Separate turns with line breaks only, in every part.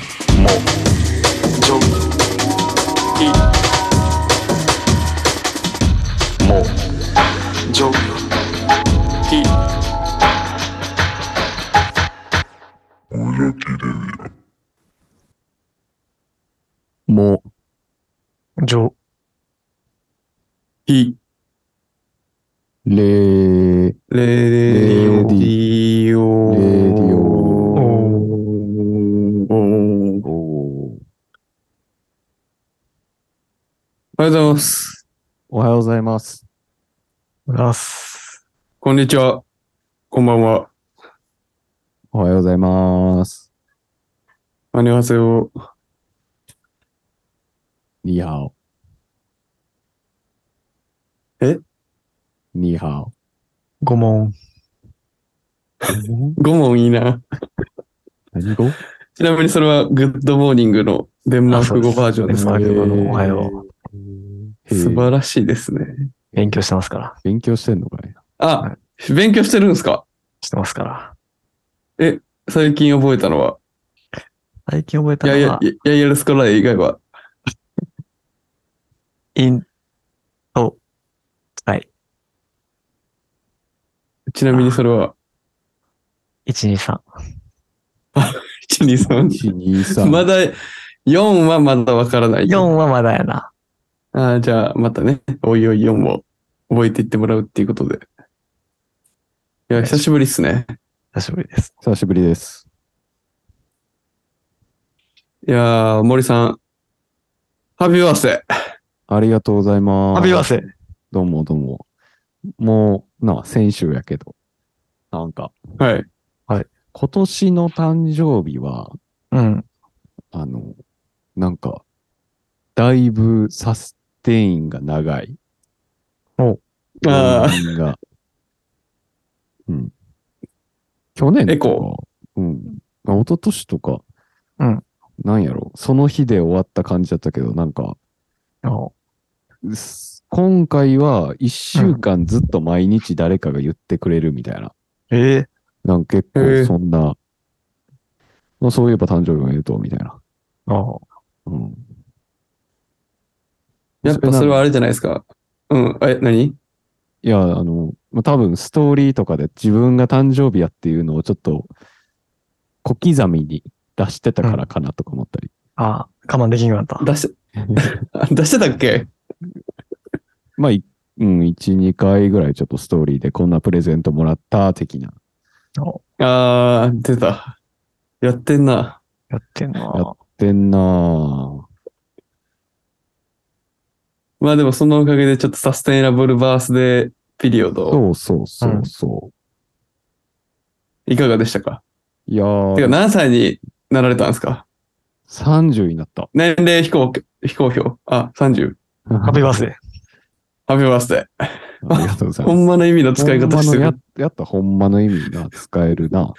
もジョイもジョイ
も、
ジョイ
れ、
レディオ。ィオ
レデレディ
おー
オ。お
おはようございます。
おはようございます。
ラス
こんにちは。こんばんは。
おはようございます。
あにわせよ。
ニーハオ。
え
ニーハオ。
5問
5問いいな。
何語
ちなみにそれはグッドモーニングのデンマーク語バージョンです。
あそうですデンマーク語のおはよ
う。へ
素
ー
晴らしいですね。
勉強してますから
勉強してんのかい
あ、勉強してるんですか
してますから
最近覚えたのは。
最近覚えた
や
の
や
は、
ややるスコライ以外は。
インとはい
ちなみにそれは、
123
1、2、
?1、2、
3。
3。
まだ、4はまだわからない。
4はまだやな
ああ、じゃあ、またね、おいおい4を覚えていってもらうっていうことで。いや、久しぶりっすね。
久しぶりです
久しぶりです。
いやー、森さん。ハビワーセ。
ありがとうございます。
ハビバース
どうもどうも。もう、な、先週やけど。なんか、
はい。
今年の誕生日は、
うん
あの、なんか、だいぶサステインが長い。
ああ、
余韻が。 うん。去年とか。
エコ
うん。まあ、一昨年とか。
うん。
なんやろ。その日で終わった感じだったけど、なんか、
お
す今回は一週間ずっと毎日誰かが言ってくれるみたいな。
ええ
なんか結
へえ
構そんな、まあそういえば誕生日おめでとうみたいな。
お
うん。
やっぱそれはあれじゃないですか。うん。え、何
いや、あの、まあ、多分ストーリーとかで自分が誕生日やっていうのをちょっと小刻みに出してたからかなとか思ったり。
ああ我慢できんくなった
出して、出してたっけ
まあ、いうん、1、2回ぐらいちょっとストーリーでこんなプレゼントもらった的な。
お
あー、出た。やってんな。
やってん
や
の
でんなぁ。
まあでもそのおかげでちょっとサステイナブルバースデーピリオド、
そうそうそうそう。
いかがでしたか
いや
てか
ー、
何歳になられたんですか
30に なった。
年齢非公非公表。あ、30。
ハッピーバースデー
ハッピーバースデー。
ありがとうござい
ほ
ます。
んまの意味の使い
ほん
方
ま
し
の
て
や
る。
やったほんまの意味が使えるな。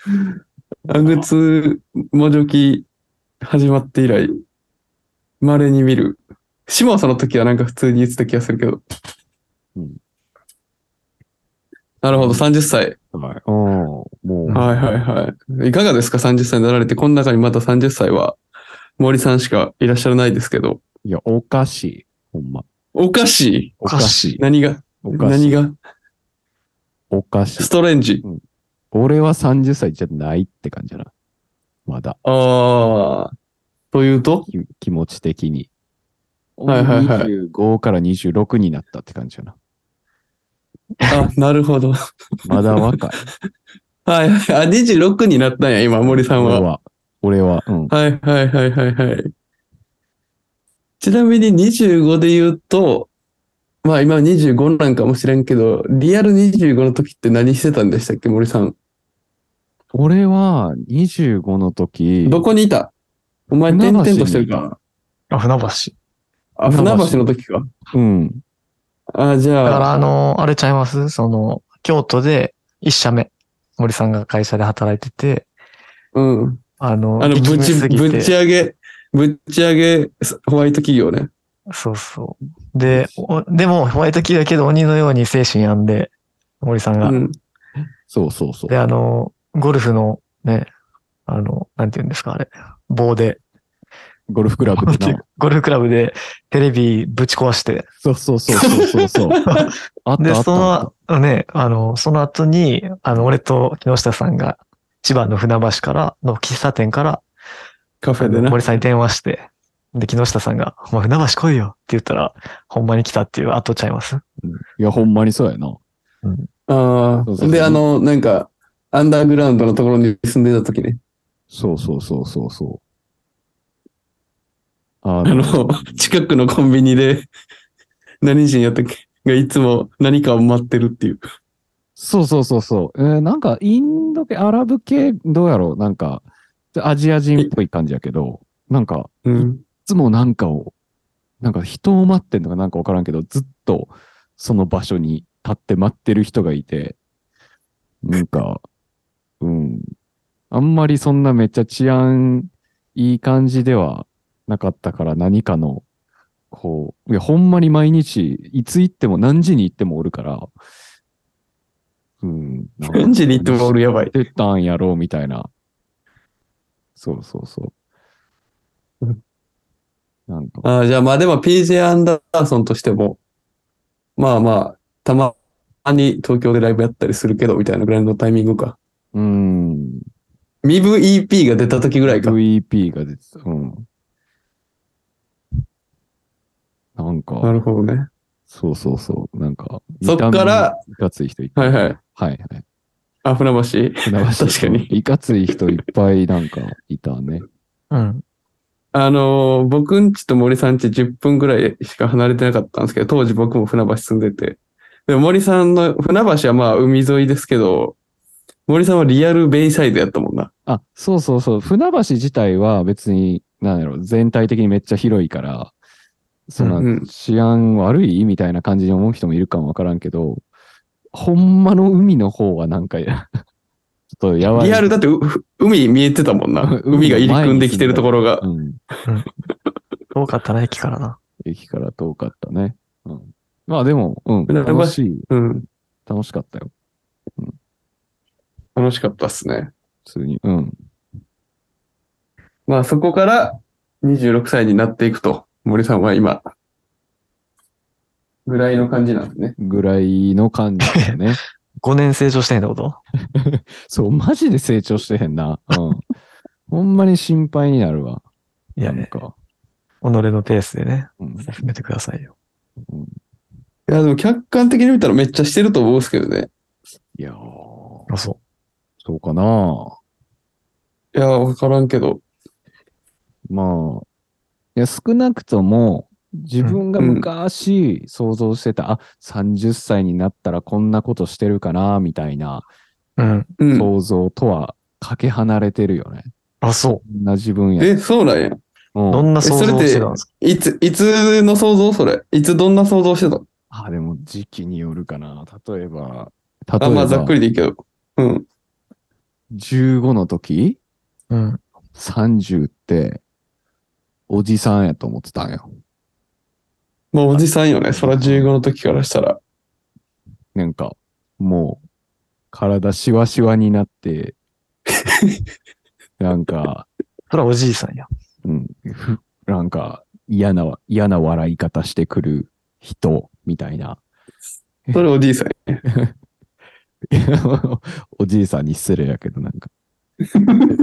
アグツモジョキ始まって以来、稀に見る。シモンさんの時はなんか普通に言ってた気がするけど。
うん
なるほど、30歳。
はい。うん。もう、
はいはいはい。いかがですか、30歳になられて、この中にまた30歳は森さんしかいらっしゃらないですけど。
いや、おかしい。ほんま。
おかしい。
おかしい。
何が、
おかし
何
い。
が、
おかしい
ス。トレンジ。
俺は30歳じゃないって感じだな。まだ、
ああ。というと
き気持ち的に。
はいはいはい
25から26になったって感じだな。
あ、なるほど。
ま だ若い。
はいはい。あ、26になったんや、今、森さん
俺
は。
は、俺は、うん。
はいはいはいはいはい。ちなみに25で言うと、まあ今は25なんかもしれんけど、リアル25の時って何してたんでしたっけ、森さん。
俺は25の時、
どこにいたお前、
船
転
橋
々としてるか。
あ、船橋。
あ、
船
船
橋
橋の時か。
うん。
あ、じ
だか
ゃあ、
ら、あのーあれちゃいますその、京都で一社目。森さんが会社で働いてて、
うん。
あの、
あの、
力
ぶ
み
ち、
すぎて
ぶち上げ、ぶち上げ、ホワイト企業ね。
そうそう。で、おでも、ホワイト企業やけど鬼のように精神病んで、森さん
う
が。
ん。
そうそうそう
で、。あのーゴルフのね、あの、なんて言うんですか、あれ。棒で、
ゴルフクラブでな。
ゴルフクラブでテレビぶち壊して。
そうそうそうそう そうそう。あったあった
で、
あっ
そ
た。
の、ね、あの、その後に、あの、俺と木下さんが、千葉の船橋から、の喫茶店から、
カフェでな。
森さんに電話して、で、木下さんが、お前船橋来いよって言ったら、ほんまに来たっていう後ちゃいます
いや、ほんまにそうやな。
あ
そうそうそ
あ。
う
で、あの、なんか、アンダーグラウンドのところに住んでた時ね。
そうそうそうそうそう。あ
あの、近くのコンビニで、 何人やったっけがいつも何かを待ってるっていう。
そうそうそうそう。えーなんか、インド系、アラブ系、どうやろうなんか、アジア人っぽい感じやけど、なんか、
うん。
いつもなんかを、なんか人を待ってんのかなんかわからんけど、ずっとその場所に立って待ってる人がいて、なんか、うん。あんまりそんなめっちゃ治安いい感じではなかったから何かの、こう、いや、ほんまに毎日、いつ行っても何時に行ってもおるから、うん。なんか
何時に行っても俺やばい。
出たんやろうみたいな。そうそうそう
う。
なんか、
ああ、じゃあまあでも PJ アンダーソンとしても、まあまあ、たまに東京でライブやったりするけど、みたいなぐらいのタイミングか。
うーん。
ミブ EP が出た時ぐらいか。
VP が出てた。うん。なん
な
か、
るほどね。
そうそうそう。なんか、
そっから、
いかつい人いっぱい。
はいはい。
はいはい。
あ、船橋
船 橋
確かに。
いかつい人いっぱいなんかいたね。
うん。
あのー僕んちと森さんち10分ぐらいしか離れてなかったんですけど、当時僕も船橋住んでて。でも森さんの、船橋はまあ海沿いですけど、森さんはリアルベイサイドやったもんな。
あ、そうそうそう。船橋自体は別に、なんやろ、全体的にめっちゃ広いから、その、
うん
治安悪いみたいな感じに思う人もいるかもわからんけど、ほんまの海の方はなん か、ちょっとやばい。。
リアルだってう海見えてたもんな海が入り組んできてるところが。
うん。
遠かったな、駅からな。
駅から遠かったね。うん。まあでも、うん。
船橋
楽しい。
うん。
楽しかったよ。
楽しかったっすね。
普通に。うん。
まあそこから26歳になっていくと、森さんは今。ぐらいの感じなんですね。
ぐらいの感じだね。
5年成長してへんってこと
そう、マジで成長してへんな。うん。ほんまに心配になるわ。
いや
なん
ね、
か。
己のペースでね、
うん。
進めてくださいよ。
うん
いや、でも客観的に見たらめっちゃしてると思うんですけどね。
いやーそ
あ、そう
かな。
いや、わからんけど。
まあ、いや、少なくとも、自分が昔想像してた、あ、30歳になったらこんなことしてるかな、みたいな
う。うん。
うん。
想像とはかけ離れてるよね。
あ、そ
こんな自分や。
え、そうなんや。
う
う。
ん
どんな想像をしてたんですか
いつ、いつの想像それ。いつどんな想像してた
あ、でも時期によるかな。例えば、例
あ、
え
ま
ば、
あざっくりでいいけど。うん。
15の時、
うん。
30って、おじさんやと思ってたんよ。
まあおじさんよね。そら15の時からしたら。
なんか、もう、体シワシワにな って、なんか、
それはおじいさんや。
うん、ふなんか、嫌な、嫌な笑い方してくる人、みたいな。
それおじいさん。
おじいさんに失礼やけど、なんか、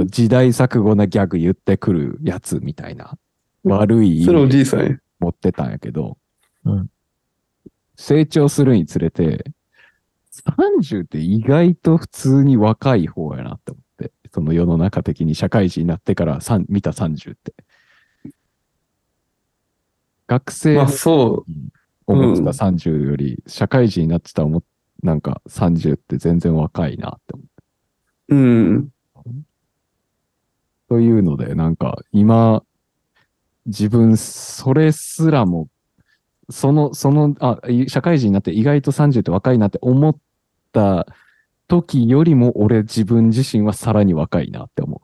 時代錯誤なギャグ言ってくるやつみたいな、悪い意
それお
味
じいさんや。
持ってたんやけど、
うん
成長するにつれて、30って意外と普通に若い方やなって思って、その世の中的に社会人になってからさん見た30って。学生
ま
の
あそう。
思ってた
うん
30より、社会人になってた思っなんか30って全然若いなって思う。
うん。
というので、なんか今、自分それすらも、その、その、あ、い社会人になって意外と30って若いなって思った時よりも俺自分自身はさらに若いなって思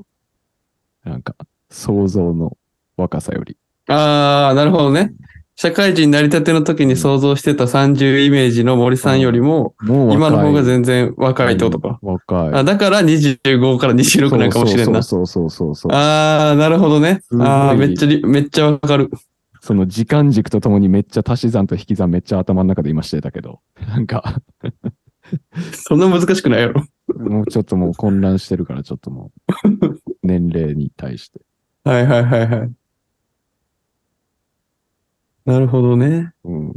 う。なんか、想像の若さより。
ああ、なるほどね。社会人になりたての時に想像してた30イメージの森さんよりも、
もう若い
今の方が全然若いってことか。
うん若
あ
い。
だから25から26なんかもしれんな。
そうそうそうそうそうそう。
あー、なるほどね
す。ごい
あー、めっちゃり、めっちゃわかる。
その時間軸とともにめっちゃ足し算と引き算めっちゃ頭の中で今してたけど、なんか、
そんな難しくないやろ。
もうちょっともう混乱してるから、ちょっともう、年齢に対して。
はいはいはいはい。なるほどね。
うん。
い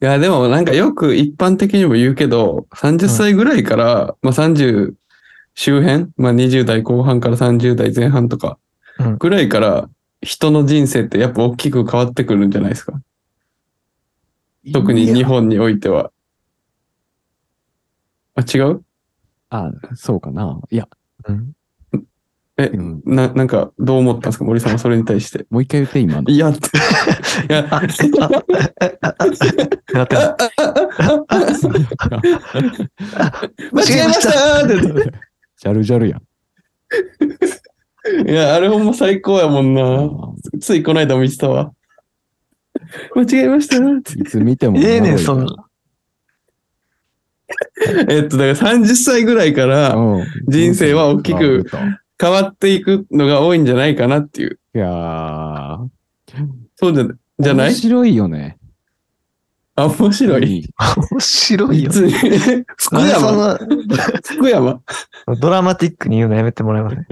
や、でもなんかよく一般的にも言うけど、30歳ぐらいから、まあ30周辺、まあ20代後半から30代前半とか
うん、
ぐらいから人の人生ってやっぱ大きく変わってくるんじゃないですか。特に日本においては。あ、違う
あ、そうかな。いや、
うん
え
う、ん
な、なんかどう思ったんですか森さんはそれに対して。
もう一回言って、今の。
いやって。い や、
なってな
間違えましたーって。
ジャルジャルやん。
いや、あれほんま最高やもんな。ついこの間も見てたわ。間違えました。
いつ見ても。
ええねん、そんな。
えっと、だから30歳ぐらいから
うん
人生は大きく。
い
変わっていくのが多いんじゃないかなっていう。
やー。
そうじゃじゃない
面白いよね。
あ、面白い。
面白いよ。
つい福
なんでそん
山。
な
福山。
ドラマティックに言うのやめてもらえません。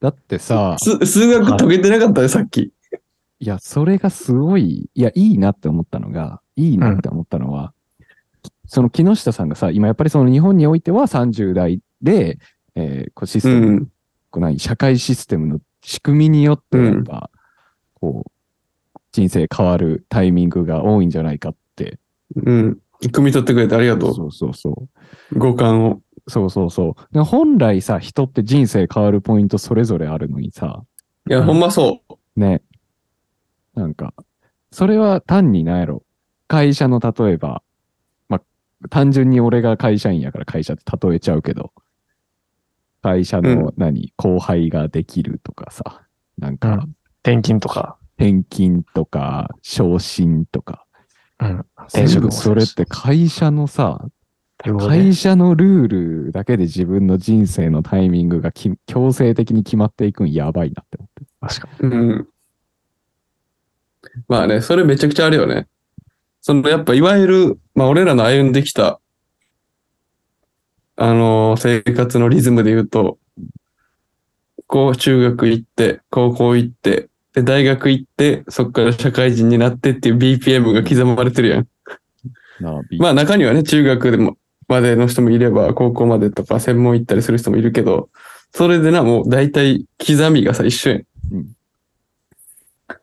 だってさ、
す数学解けてなかったね、さっき。
いや、それがすごい、いや、いいなって思ったのが、いいなって思ったのは、その木下さんがさ、今やっぱりその日本においては30代で、えーこうシス
う
テム、
ん。
こう何、社会システムの仕組みによって、やっぱ、こう、人生変わるタイミングが多いんじゃないかって。
うん。汲み取ってくれてありがと
そうそうそう。
う。五感を。
そうそうそう。で本来さ、人って人生変わるポイントそれぞれあるのにさ、
いや、
うん
ほんまそう。
ね。なんか、それは単になんやろ。会社の例えば、まあ、単純に俺が会社員やから会社って例えちゃうけど、会社
う
の何、後輩ができるとかさ、なん
う
か
ん、転勤とか。
転勤とか、昇進とか、
うん。転職
全部
も
それって会社のさ、
多様で
会社のルールだけで自分の人生のタイミングがき強制的に決まっていくんやばいなって思って。
確かに。
うん。まあね、それめちゃくちゃあるよね。その、やっぱいわゆる、まあ俺らの歩んできた、あのー生活のリズムで言うと、こう、中学行って、高校行って、で、大学行って、そっから社会人になってっていう BPM が刻まれてるやん。
なあ、び
まあ中にはね、中学でも、までの人もいれば、高校までとか専門行ったりする人もいるけど、それでな、もう大体刻みがさ、一緒やん。
うん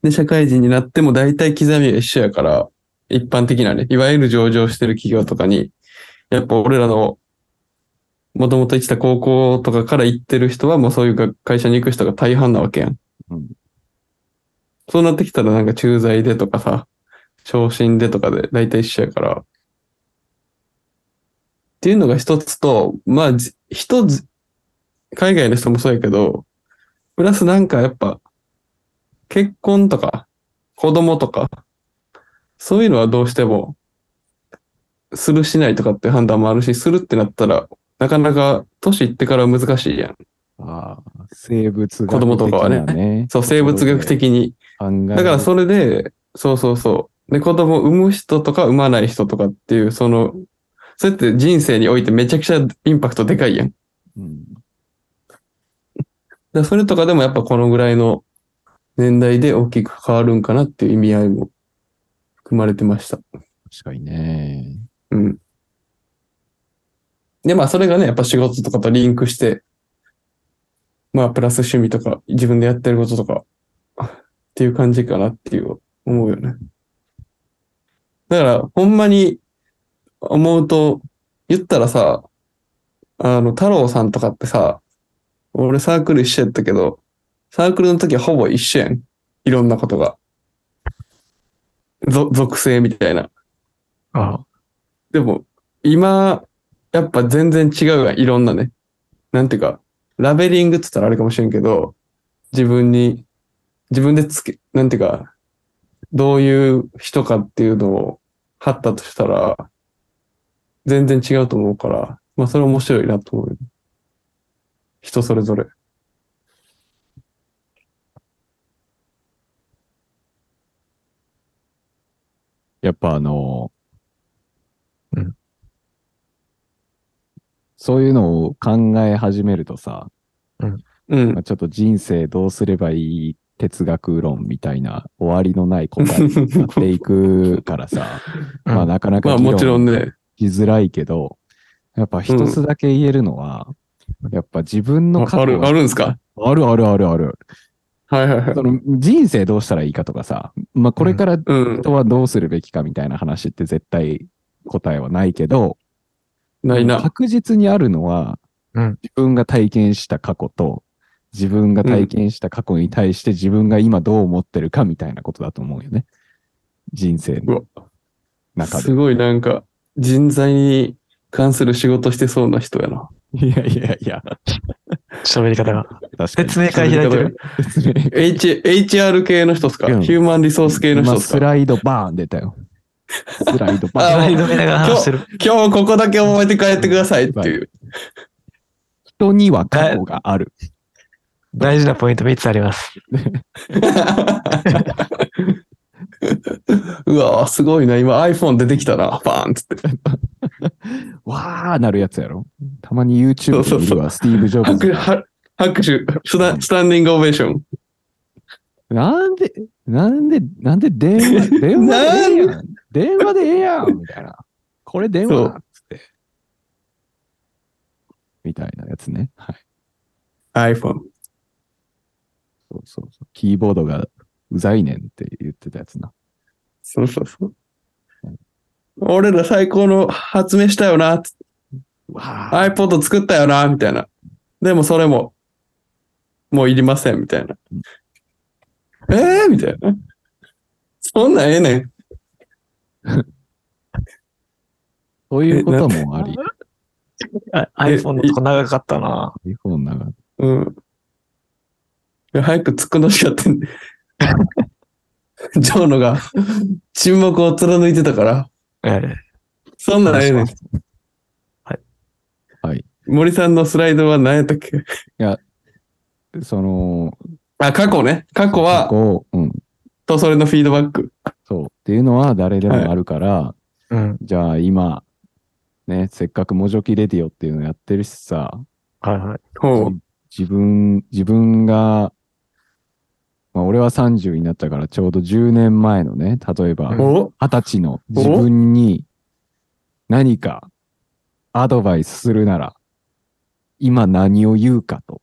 で、社会人になっても大体刻みが一緒やから、一般的なね、いわゆる上場してる企業とかに、やっぱ俺らの、もともと行ってた高校とかから行ってる人は、もうそういうが会社に行く人が大半なわけやん。
うん
そうなってきたらなんか駐在でとかさ、昇進でとかで大体一緒やから、っていうのが一つと、まあ、じ人ず、海外の人もそうやけど、プラスなんかやっぱ、結婚とか、子供とか、そういうのはどうしても、するしないとかって判断もあるし、するってなったら、なかなか年いってからは難しいやん。
ああ、生物学的な、ね、
子供とかはねそう、生物学的に。
考え
だからそれで、そうそうそう。で、子供を産む人とか産まない人とかっていう、その、それって人生においてめちゃくちゃインパクトでかいやん。
うん、
だからそれとかでもやっぱこのぐらいの年代で大きく変わるんかなっていう意味合いも含まれてました。
確かにね。
うん。で、まあそれがね、やっぱ仕事とかとリンクして、まあプラス趣味とか自分でやってることとかっていう感じかなっていう思うよね。だからほんまに思うと、言ったらさ、あの、太郎さんとかってさ、俺サークル一緒やったけど、サークルの時はほぼ一緒やん。いろんなことが。ぞ属性みたいな。
あ
でも、今、やっぱ全然違うが、いろんなね。なんていうか、ラベリングって言ったらあれかもしれんけど、自分に、自分でつけ、なんていうか、どういう人かっていうのを貼ったとしたら、全然違うと思うから、まあそれ面白いなと思う。人それぞれ。
やっぱあの、
うん
そういうのを考え始めるとさ、
うん
まあ。ちょっと人生どうすればいい哲学論みたいな終わりのない答えになっていくからさ、
うん
まあなかな
ま
か
あ
議
も
論
ちろんね。
しづらいけど、やっぱ一つだけ言えるのは、やっぱ自分の
あ
過去
ある、あるんですか
あるあるあるある。
はいはいはい
そ。の人生どうしたらいいかとかさ、まあこれから
うん。
人はどうするべきかみたいな話って絶対答えはないけど、
ないな。
確実にあるのは、
うん
自分が体験した過去と、自分が体験した過去に対して自分が今どう思ってるかみたいなことだと思うよね。人生の
うわ、
中
す
で。
ごいなんか、人材に関する仕事してそうな人やな。
いやいやいや、
喋り方が。
確かに
説明会開いてる。
説明
H、HR 系の人ですか、
うん
ヒューマンリソース系の人
今
です
ス
か
ライドバーン出たよ。スライドバーン。
あ
隣の見ながら話してる。
今日ここだけ覚えて帰ってくださいっていう。
人には過去がある。
大事なポイント3つあります。
うわすごいな。今 iPhone 出てきたな。バーンっつって。
わーなるやつやろ。たまに YouTube で見るわ、スティーブ・ジョブ
拍手、
ズ。
は拍手スタン、スタンディングオベーション。
なんで、なんで、 なんで電話、電話でええやん。電話でええやんみたいな。これ電
そ
話
う
つって。みたいなやつね。はい。
iPhone。
そうそうそう。キーボードがうざいねんって言ってたやつな。
そうそうそう。俺ら最高の発明したよな。つって
わー
iPod 作ったよな。みたいな。でもそれも、もういりません。みたいな。えーみたいな。そんなんええねん。
そういうこともあり。
あ
え
iPhone のとこ長かったな。
iPhone なが
うん。いや早く突っ込んでほしかったんで。 ジョーノが沈黙を貫いてたから、
え
そんなんええねん。
はい。
森さんのスライドは何やったっけ
その、
あ、過去ね。過去
過
は、
去うん。
とそれのフィードバック。
そう。っていうのは誰でもあるから、
えうん。
じゃあ今、ね、せっかくモジョキレディオっていうのやってるしさ、
はいはい。
ほう。
自分、自分が、まあ、俺は30になったからちょうど10年前のね、例えば
うん
お
20歳の自分に何かアドバイスするなら、今何を言うかと、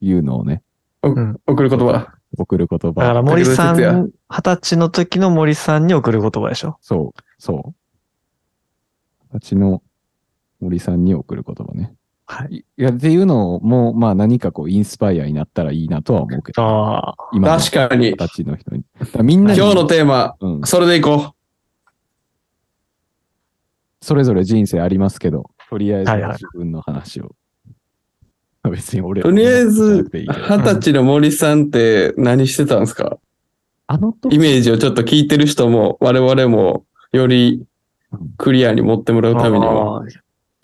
いうのをね、
送る言葉。
送る言
だか
葉。
ら森さん、
武田
二十歳の時の森さんに送る言葉でしょ。
そう、そう。私の森さんに送る言葉ね。。
はい
いや、っていうのも、まあ何かこう、インスパイアになったらいいなとは思うけど。
ああ。
今の
確かに。
二十歳の人に。だからみんな
今
に
日のテーマ、
うん、
それでいこ
それぞれ人生ありますけど、とりあえず
はいはい
自分の話を。別に俺
う。とりあえ
じゃな
ず
くてい、いけど
二十歳の森さんって何してたんですか
あの時
イメージをちょっと聞いてる人も、我々も、よりクリアに持ってもらうためにも。
ああ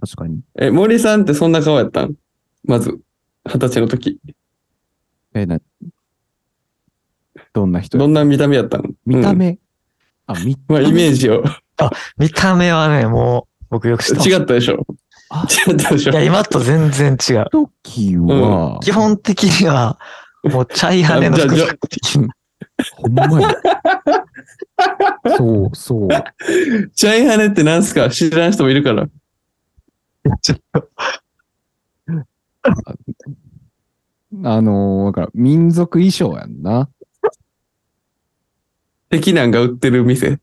確かに。
え、森さんってそんな顔やったんまず、二十歳の時。
え、な、どんな人
どんな見た目やったん
見た
うん
目、あ、見
まあ、イメージを。
見た目はね、もう、僕よく知ってます。
違ったでしょ
あ
違ったでしょ
いや、今と全然違う。
時は、
基本的には、もう、チャイハネの服
じゃ
装
あ。
ほん まや。そうそう。
チャイハネってなんすか知らん人もいるから。
ちょっと
あのー、だから民族衣装やんな。
敵なんが売ってる店。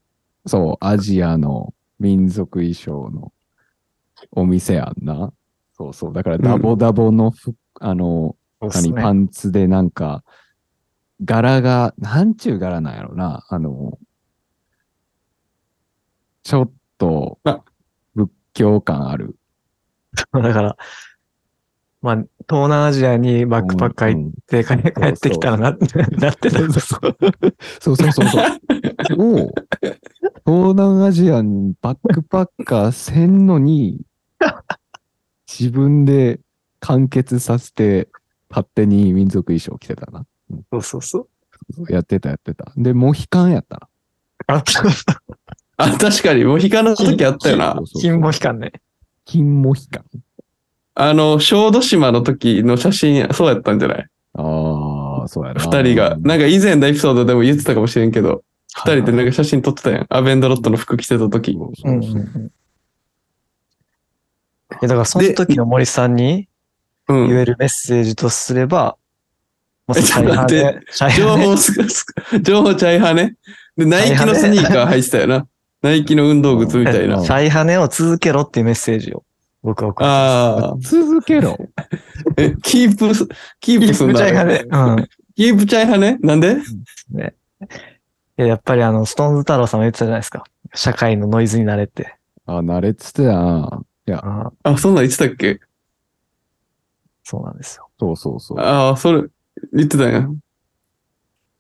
そう、アジアの民族衣装のお店やんな。そうそう。だからダボダボの服、あの
そうっ
ー、
す
何、
ね
パンツでなんか、柄が、なんちゅう柄なんやろな。あのー、ちょっと
あ、
仏教感ある。
だから、まあ、東南アジアにバックパッカー行っ
って
帰
そう
帰ってきたらな、なってた。
そうそうそうそう。を、東南アジアにバックパッカーせんのに、自分で完結させて、勝手に民族衣装着てたな。
そうそうそう。
やってたやってた。で、モヒカンやったな。
あ、そうそう。
あ、確かに、モヒカンの時あったよな
そう。そうそう
金も引かんね。
金モヒカン。
あの、小豆島の時の写真、そうやったんじゃない
ああ、そうやな。
二人が。なんか以前のエピソードでも言ってたかもしれんけど、二人でなんか写真撮ってたやん。アベンドロットの服着てた時。
そうそううん
うんうん。いや、だからその時の森さんに
う
言
ん。
えるメッセージとすれば、も
えちょっと待って
で、シャイ
情
ハで
報す かすか、情報チャイ派ね。で、ナイキのスニーカー入ってたよな。ナイキの運動靴みたいな。
う
あ
ん
シャイハネを続けろっていうメッセージを僕は送る。
あー。
続けろ。
え、キープす、キープすんだ。
シャイハネ。うん。
キープチャイ派ね。なんで
いや、やっぱりあの、ストーンズ太郎さんも言ってたじゃないですか。社会のノイズに慣れて。
あ、慣れてたな。
ああ、
あ、そんなん言ってたっけ
そうなんですよ。
そうそうそう。
ああ、それ、言ってたんや。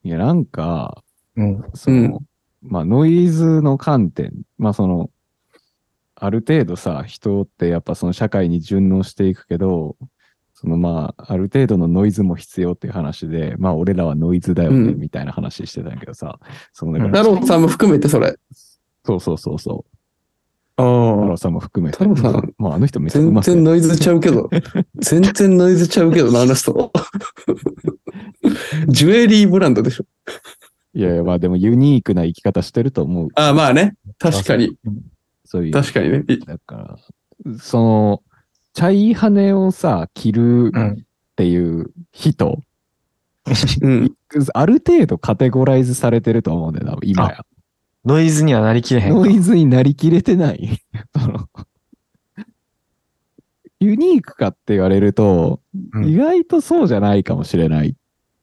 いや、なんか、
うん。
その、まあノイズの観点、まあその、ある程度さ、人ってやっぱその社会に順応していくけど、そのまあ、ある程度のノイズも必要っていう話で、まあ俺らはノイズだよね、
うん
みたいな話してたんやけどさ、そのだから、
太郎さんも含めてそれ。
そうそうそうそう、
あ
太
あ
郎。さんも含めて、
太郎さん
まああの人めっちゃう
全
まそう
然
や
ノイズちゃうけ ど。全然ノイズちゃうけどな、あの人。ジュエリーブランドでしょ。
いやいや、まあでもユニークな生き方してると思う。
ああ、まあね。確かに。
そういう。
確かにね。い
だから、その、チャイハネをさ、着る
う
っ
ん。
ていう人、
うん。
ある程度カテゴライズされてると思うんだよな、今や。
ノイズにはなりきれへん
ノ
か。
イズになりきれてない。 そのユニークかって言われると、
うん
意外とそうじゃないかもしれないっ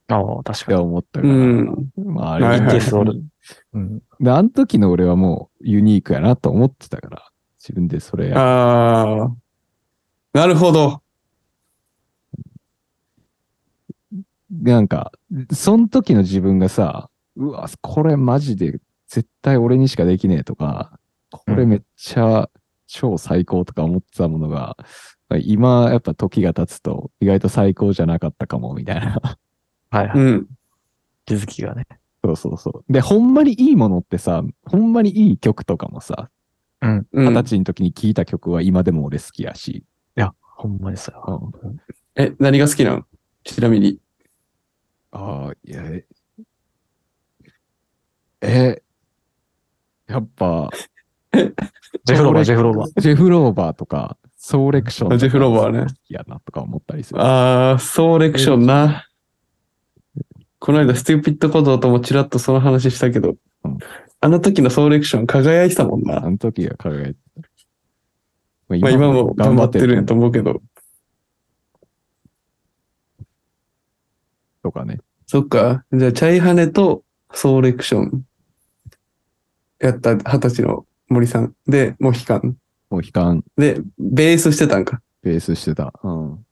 ああ、確
て
かに。
思ったか
う
ら。
ん。
まあ、あ
はいはい
れ
一定
数おるうん。
で、あの時の俺はもうユニークやなと思ってたから、自分でそれや。
ああ。なるほど。
なんか、その時の自分がさ、うわ、これマジで絶対俺にしかできねえとか、これめっちゃ超最高とか思ってたものが、今やっぱ時が経つと意外と最高じゃなかったかもみたいな。
はいは
う
い。
ん。
気づきがね。
そうそうそう。で、ほんまにいいものってさ、ほんまにいい曲とかもさ、
う
二十
ん、
歳の時に聴いた曲は今でも俺好きやし、
ほんまにそれは。
うん
え、何が好きなのちなみに。
ああ、いや、え、えやっぱ、
ジェフローバー、ジェフローバ ー。
ジェフローバーとか、ソーレクションとか
ジェフローバーね
好きやなとか思ったりする。
ああ、ソーレクションな。この間、ステューピッド小僧ともちらっとその話したけど
うん、
あの時のソーレクション輝いてたもんな。
あの時が輝いてた。
まあ今も頑張ってるんやと思うけど。
とかね。
そっか。じゃあ、チャイハネとソーレクション。やった、二十歳の森さん。で、モヒカン。
もう悲観
で、ベースしてたんか。
ベースしてた。うん。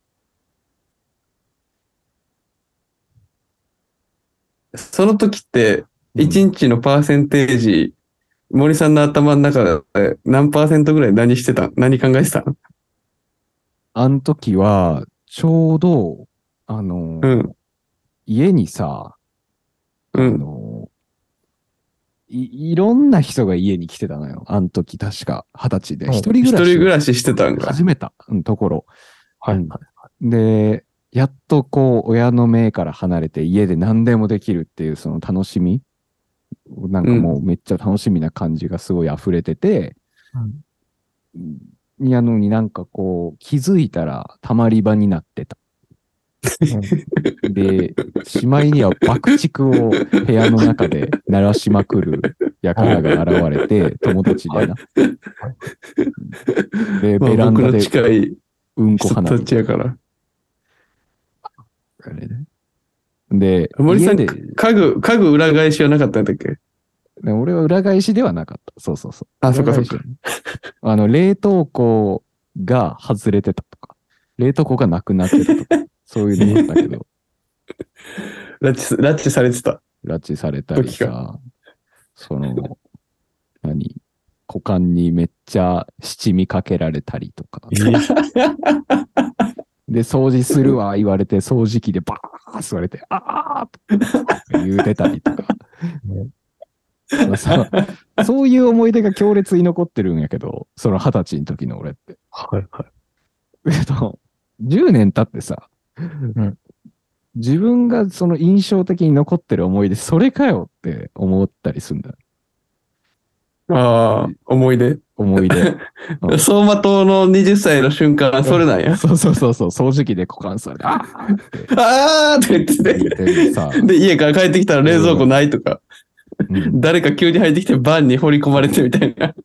その時って、一日のパーセンテージ、森さんの頭の中で何パーセントぐらい何してたん何考えてたん
あの時は、ちょうど、あの、
うん。
家にさ、
う
あ
ん。
の、い、いろんな人が家に来てたのよ。あの時、確か、二十歳で。
うん
一人暮
一
ら
人
し。
暮らししてたんか。
始めた、うん、ところ。
はい
うんで、やっとこう、親の目から離れて家で何でもできるっていうその楽しみ、なんかもうめっちゃ楽しみな感じがすごい溢れてて、やのになんかこう、気づいたら溜まり場になってた。で、しまいには爆竹を部屋の中で鳴らしまくる輩が現れて、友達でな。 で、
まあ
ベラン
僕
ダ
の
で
近い
うんこ
人
花
た
火
ちやから。
あれねで、
森さん
家で、
家具、家具裏返しはなかったんだっけ
ね俺は裏返しではなかった。そうそうそう。
あ、そっかそっか
裏。返しはねあの、冷凍庫が外れてたとか。冷凍庫がなくなってたと か、そういうのもあったけど、
拉致、拉致されて た。
拉致されたりさ、その、何股間にめっちゃ七味かけられたりとか。で、掃除するわ、言われて、掃除機でバーッ言われて、あーって言うてたりとか。まあさそういう思い出が強烈に残ってるんやけど、その二十歳の時の俺って。
はいはい。
えっと、10年経ってさ、
ん
自分がその印象的に残ってる思い出、それかよって思ったりするんだ。
ああ、思い出。
思い出。うん
相馬灯の20歳の瞬間、それなんや。
そうそうそうそう、掃除機で股間されて、あーって
ああって言って。
言っててさ、
で、家から帰ってきたら冷蔵庫ないとか、
うん
誰か急に入ってきてバンに掘り込まれてみたいな。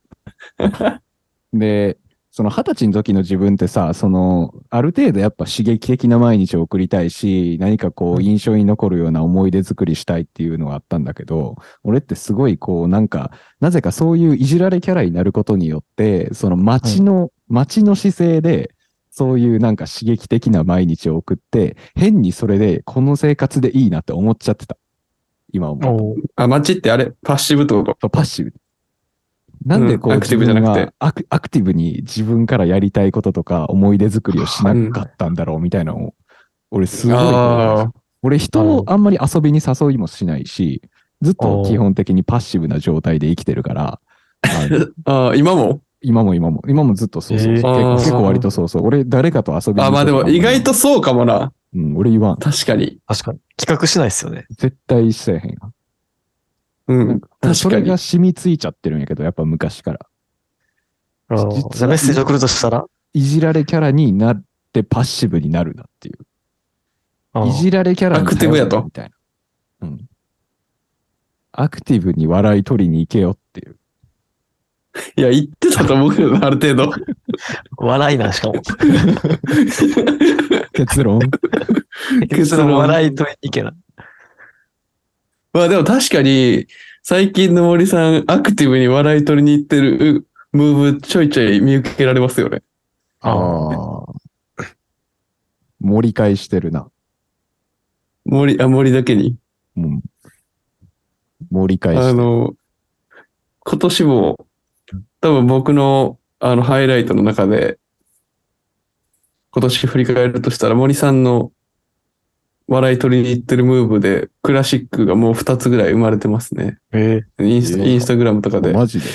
で、その二十歳の時の自分ってさ、その、ある程度やっぱ刺激的な毎日を送りたいし、何かこう印象に残るような思い出作りしたいっていうのがあったんだけど、俺ってすごいこうなんか、なぜかそういういじられキャラになることによって、その街の、街の姿勢で、そういうなんか刺激的な毎日を送って、変にそれでこの生活でいいなって思っちゃってた。今思うと
おー
あ、街ってあれパッシブってこと
そうパッシブ。なんでこう、
うんアクティブじゃなくて
自分がアクアクティブに自分からやりたいこととか思い出作りをしなかったんだろうみたいなのを、俺すごい思う。
あ
俺人をあんまり遊びに誘いもしないし、ずっと基本的にパッシブな状態で生きてるから、あ の
ーあー、今も
今も今も、今もずっとそうそう
えー
結
あ
構
ー
結構割とそうそう。俺誰かと遊びに行くとか
あ、まあでも意外とそうかもな。
うん、俺言わん。
確かに。
確かに。企画しないですよね。
絶対せえへん。
うん。確
そ
か
れ
に
が。染みついちゃってるんやけど、やっぱ昔から。
あ
実は
ーじゃあメッセージ送るとしたら
いじられキャラになってパッシブになるなっていう。
あー
いじられキャラに頼る
アクティブやと
みたいな。うん。アクティブに笑い取りに行けよっていう。
いや、言ってたと思うけど な、ある程度。
笑い な、しかも。
結論。
結論笑いといけない。
まあでも確かに、最近の森さん、アクティブに笑い取りに行ってるムーブちょいちょい見受けられますよね。
あ
ああ。
あ。盛り返してるな。
森、あ、森だけに。
うん。盛り返して
あ
る。
の、今年も、多分僕の、あの、ハイライトの中で、今年振り返るとしたら森さんの笑い取りに行ってるムーブで、クラシックがもう2つぐらい生まれてますね。
え
インスタ
ええ
インスタグラムとかで
マジで。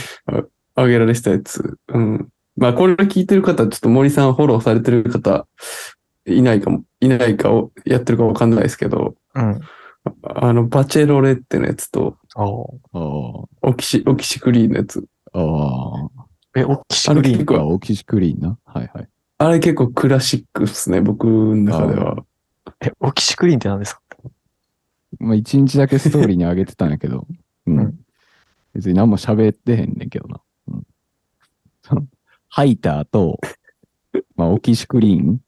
上げられてたやつ。うん。まあ、これ聞いてる方、ちょっと森さんフォローされてる方、いないかも、いないかを、やってるかわかんないですけど、
えうん。
あの、バチェロレってのやつと、
あー
ああ。
オキシ、オキシクリーンのやつ。
あ
え、オキシクリーン
結構
あ。オキシクリーンな。はいはい。
あれ結構クラシックっすね、僕の中では。
え、オキシクリーンって何ですか
まあ一日だけストーリーに上げてたんやけど。うん。
うん
別に何も喋ってへんねんけどな。うん。そのハイターと、まあオキシクリーン、
うん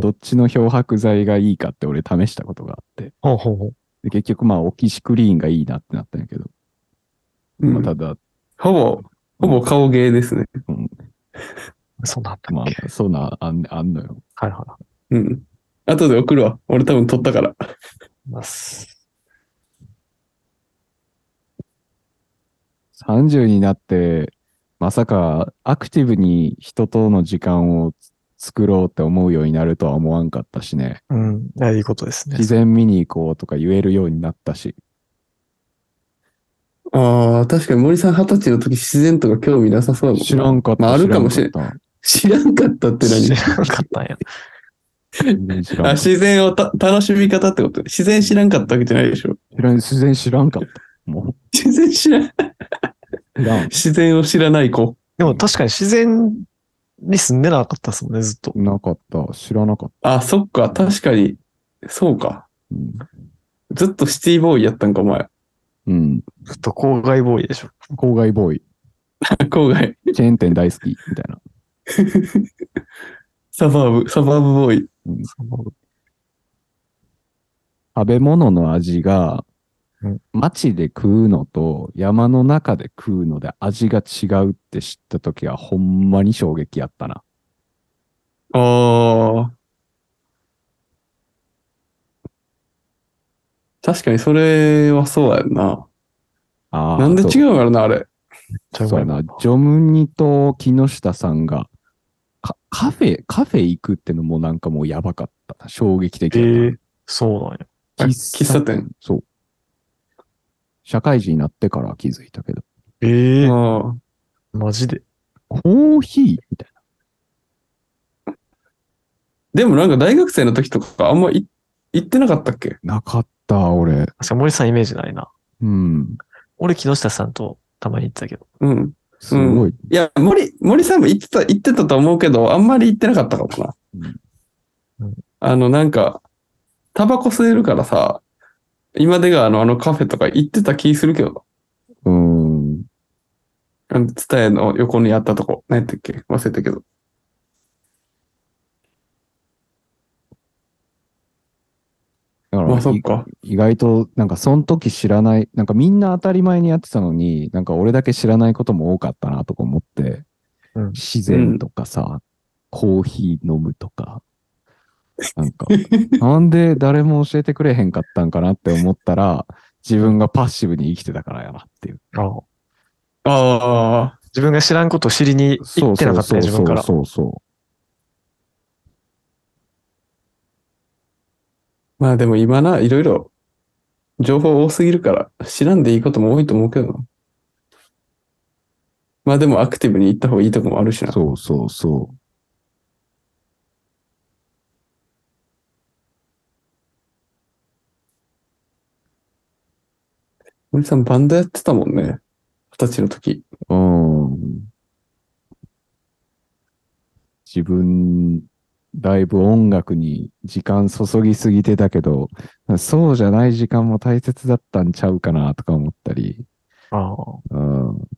どっちの漂白剤がいいかって俺試したことがあって。
ほうほうほう。
で結局まあオキシクリーンがいいなってなったんやけど。
うん
まあただ、
ほぼ、ほぼ顔芸ですね。
そうなんだっけ。
まあそうな、あんあんのよ。
はいは
うん。後で送るわ。俺多分撮ったから。
い。ます。
30になって、まさかアクティブに人との時間を作ろうって思うようになるとは思わんかったしね。
うん。いやいいことですね
自。然見に行こうとか言えるようになったし、
ああ、確かに森さん二十歳の時自然とか興味なさそうだもんな
知らんかった。
まあ、あるかもしれん。
知らんかっ
知らんかったって何
知らなかったんや。
た全然知らんか
あ
った。知
自然をた楽しみ方ってこと自然知らんかったわけじゃないでしょ。
らん、自然知らんかった。も
自然知らん、
う、知らん。
自然を知らない子。
でも確かに自然に住んでなかったですもんね、ずっと。
なかった。知らなかっ
あ、そっか、確かに。そうか。
た。うん。
ずっとシティボーイやったんか、お前。
うん。
ずっと郊外ボーイでしょ。
郊外ボーイ。
郊外。
チェーン店大好き。みたいな。
サバーブ、サバーブボーイ。
食べ物の味が
うん、
街で食うのと山の中で食うので味が違うって知った時はほんまに衝撃やったな。
ああ。確かにそれはそうやんな。
あー
なんで
そう
違うんやろな、あれ。
そう
そうやな。ジョムニと木下さんが、かカフェ、カフェ行くってのもなんかもうやばかったな。衝撃的
え
だな
ーそうなんや。
あ喫茶店。
そう。社会人になってから気づいたけど。
ええ
あ
マジで。
コーヒーみたいな。
でもなんか大学生の時とかあんまい行ってなかったっけ
なかった、俺。
確かに森さんイメージないな。
うん。
俺、木下さんとたまに行ってたけど。
うん。
すごい。
いや、森、森さんも行ってた、行ってたと思うけど、あんまり行ってなかったかもな。
うん
あの、なんか、タバコ吸えるからさ、今出川のあのカフェとか行ってた気するけど、
うん。
あの、ツタヤの横にあったとこ、何やったっけ忘れたけど。
だから、
まあ、そっか。
意外と、なんかその時知らない、なんかみんな当たり前にやってたのに、なんか俺だけ知らないことも多かったなとか思って、
うん
自然とかさ、コーヒー飲むとか、なん か、なんで誰も教えてくれへんかったんかなって思ったら、自分がパッシブに生きてたからやなっていう。
ああ
ああ、
自分が知らんことを知りに行ってなかったね、自分から。
そうそ
まあでも今な、いろいろ、情報多すぎるから、知らんでいいことも多いと思うけどな。まあでもアクティブに行った方がいいとこもあるし
う。
な。
そうそうそう。
森さんバンドやってたもんね。二十歳の時。
うん。自分、だいぶ音楽に時間注ぎすぎてたけど、そうじゃない時間も大切だったんちゃうかなとか思ったり。
あ
うん。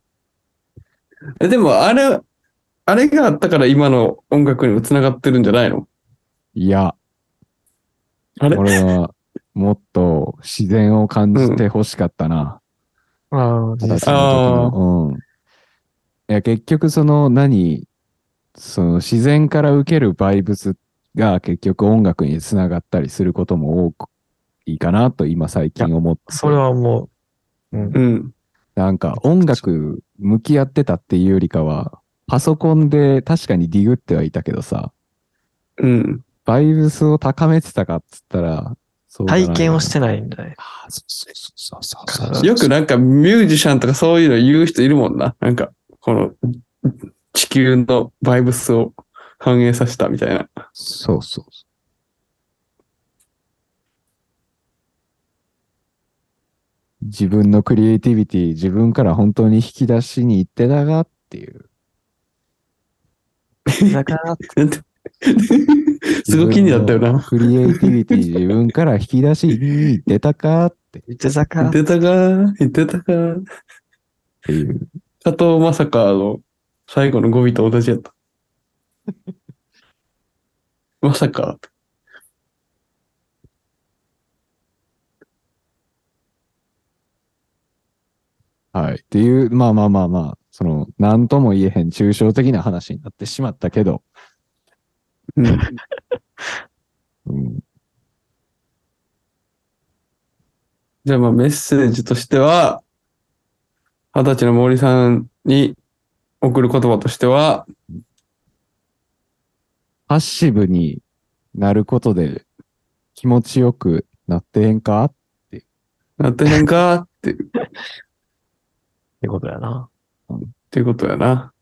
え、でもあれ、あれがあったから今の音楽にも繋がってるんじゃないの
いや、
あれ
俺はもっと自然を感じて欲しかったな。
あああ、
二十歳
あ
の時の。うん。いや、結局その何、その自然から受けるバイブスが結局音楽につながったりすることも多くいいかなと今最近思ってて。
それはもう、うん
うん。
なんか音楽向き合ってたっていうよりかは、パソコンで確かにディグってはいたけどさ、
うん。
バイブスを高めてたかっつったら、そうだな
体験をしてないんだね。
あーそうそうそう
か
そう
ら
そう
よくなんかミュージシャンとかそういうの言う人いるもんな。なんか、この地球のバイブスを反映させたみたいな。
そうそう。自分のクリエイティビティ、自分から本当に引き出しに行ってたがっていう。
だから、
なんて すごい気になったよな。
自分のクリエイティビティ、自分から引き出しに行ってたかって
言ってた
言
か
っ
ら、
てたか、言ってたか。
いう。
加藤まさかの最後の語尾と同じやった。 まさか。
はい。っていう、まあまあまあまあ、その、なんとも言えへん抽象的な話になってしまったけど、
うん
うん、
じゃあまあメッセージとしては、二十歳の森さんに送る言葉としては、
パッシブになることで気持ちよくなってへんか
なってへんかって、っ
ってことやな。
ていうことやな。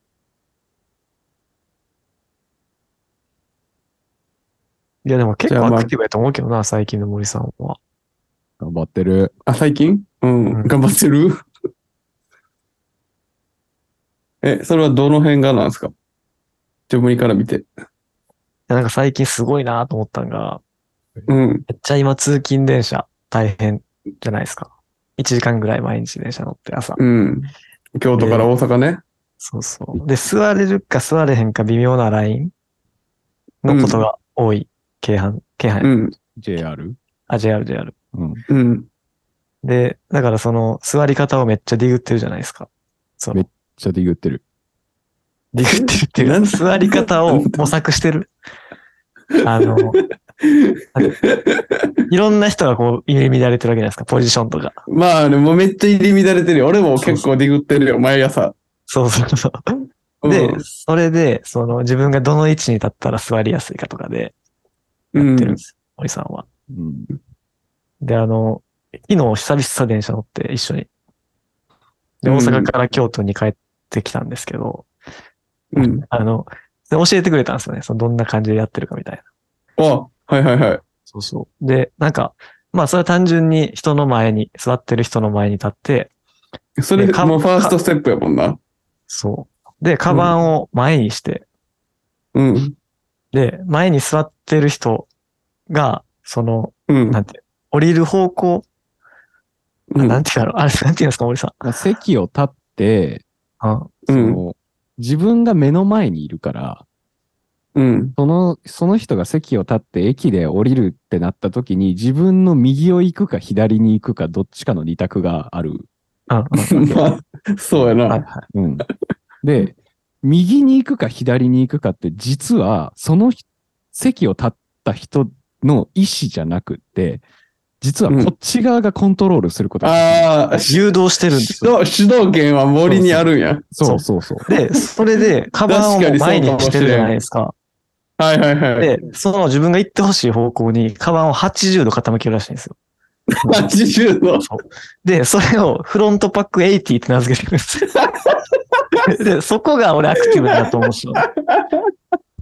いや、でも結
じゃ
構
あまあ
アクティブやと思うけどな、最近の森さんは。
頑張ってる。
あ、最近うん、
うん
頑張ってる え、それはどの辺がなんですかジョブリから見て。
いやなんか最近すごいなと思ったんが、
うん。
めっちゃ今通勤電車大変じゃないですか。1時間ぐらい毎日電車乗って朝。
うん。京都から大阪ね。
そうそう。で、座れるか座れへんか微妙なラインのことが多い。京阪、京阪、
うん。
JR?
あ、JR、JR。
うん。
うん。
で、だからその座り方をめっちゃディグってるじゃないですか。そ
め
の、
ちょっと言ってる。
ディグってるっていう
なん
か、座り方を
なんて
模索してる。あの、いろんな人がこう、入り乱れてるわけじゃないですか、ポジションとか。
まあね、もうめっちゃ入り乱れてるよ。俺も結構ディグってるよ、毎朝。
そうそうそう。
うん
で、それで、その自分がどの位置に立ったら座りやすいかとかでやってるんです、森さんは。
うん。
で、あの、昨日久々電車乗って一緒に。で、大阪から京都に帰ってきたんですけど、
うん。うん。
あの、で教えてくれたんですよね。そのどんな感じでやってるかみたいな。
あ、はいはいはい。
そうそう。で、なんか、まあそれは単純に人の前に、座ってる人の前に立って、
それ、
でか
もうファーストステップやもんな。
そう。で、カバンを前にして、
うん。
で、前に座ってる人が、その、
うん。
なんて、降りる方向、
うん
なんていうのあれ、なんていうんですか、森さ
まあ、席を立って、
ん。うん。
う
そ
ん
の、自分が目の前にいるから、
うん。
その、その人が席を立って駅で降りるってなった時に、自分の右を行くか左に行くか、どっちかの二択がある。
うん。
まあ、そうや
うんはい
な。
は い。
うん。で、右に行くか左に行くかって、実は、その人席を立った人の意思じゃなくって、実はこっち側がコントロールすることができる
ああ、
誘導してるんで
指
すよ。
導、主導権は森にあるんや。
そうそうそう。
で、それで、カバンをもう前にしてるじゃないですか。
はいはいはい。
で、その自分が行ってほしい方向に、カバンを80度傾けるらしいんですよ。
80の。
で、それをフロントパック80って名付けてるんですよ。 で、そこが俺アクティブだなと思うんですよ。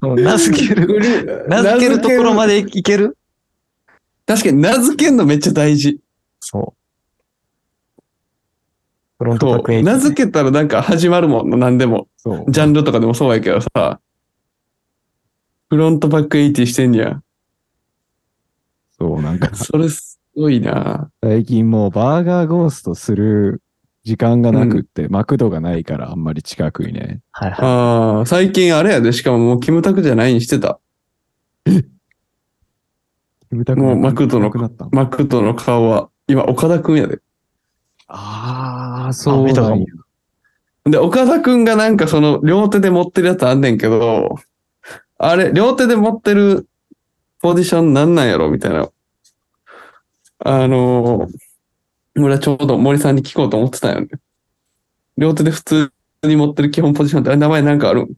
うん名付ける。名付けるところま
で。
でいける
確かに名付けるのめっちゃ大事。
そう。フロントパ
そ
ック80、
う。名付けたらなんか始まるもんな、何でも。
そう。
ジャンルとかでもそうやけどさ。フロントバック80してんや。
そう、なんか、
それすごいな。
最近もうバーガーゴーストする時間がなくって、マクドがないからあんまり近くにね。
はいはい。
ああ、最近あれやで、しかももうキムタクじゃないにしてた。もうマクドの
なくなったの
マクドの顔は、今岡田くんやで。
ああ、そう
あ
なん
見
や。
で、岡田くんがなんかその両手で持ってるやつあんねんけど、あれ、両手で持ってるポジションなんなんやろみたいな。あのー、俺はちょうど森さんに聞こうと思ってたんよね。両手で普通に持ってる基本ポジションってあれ名前なんかある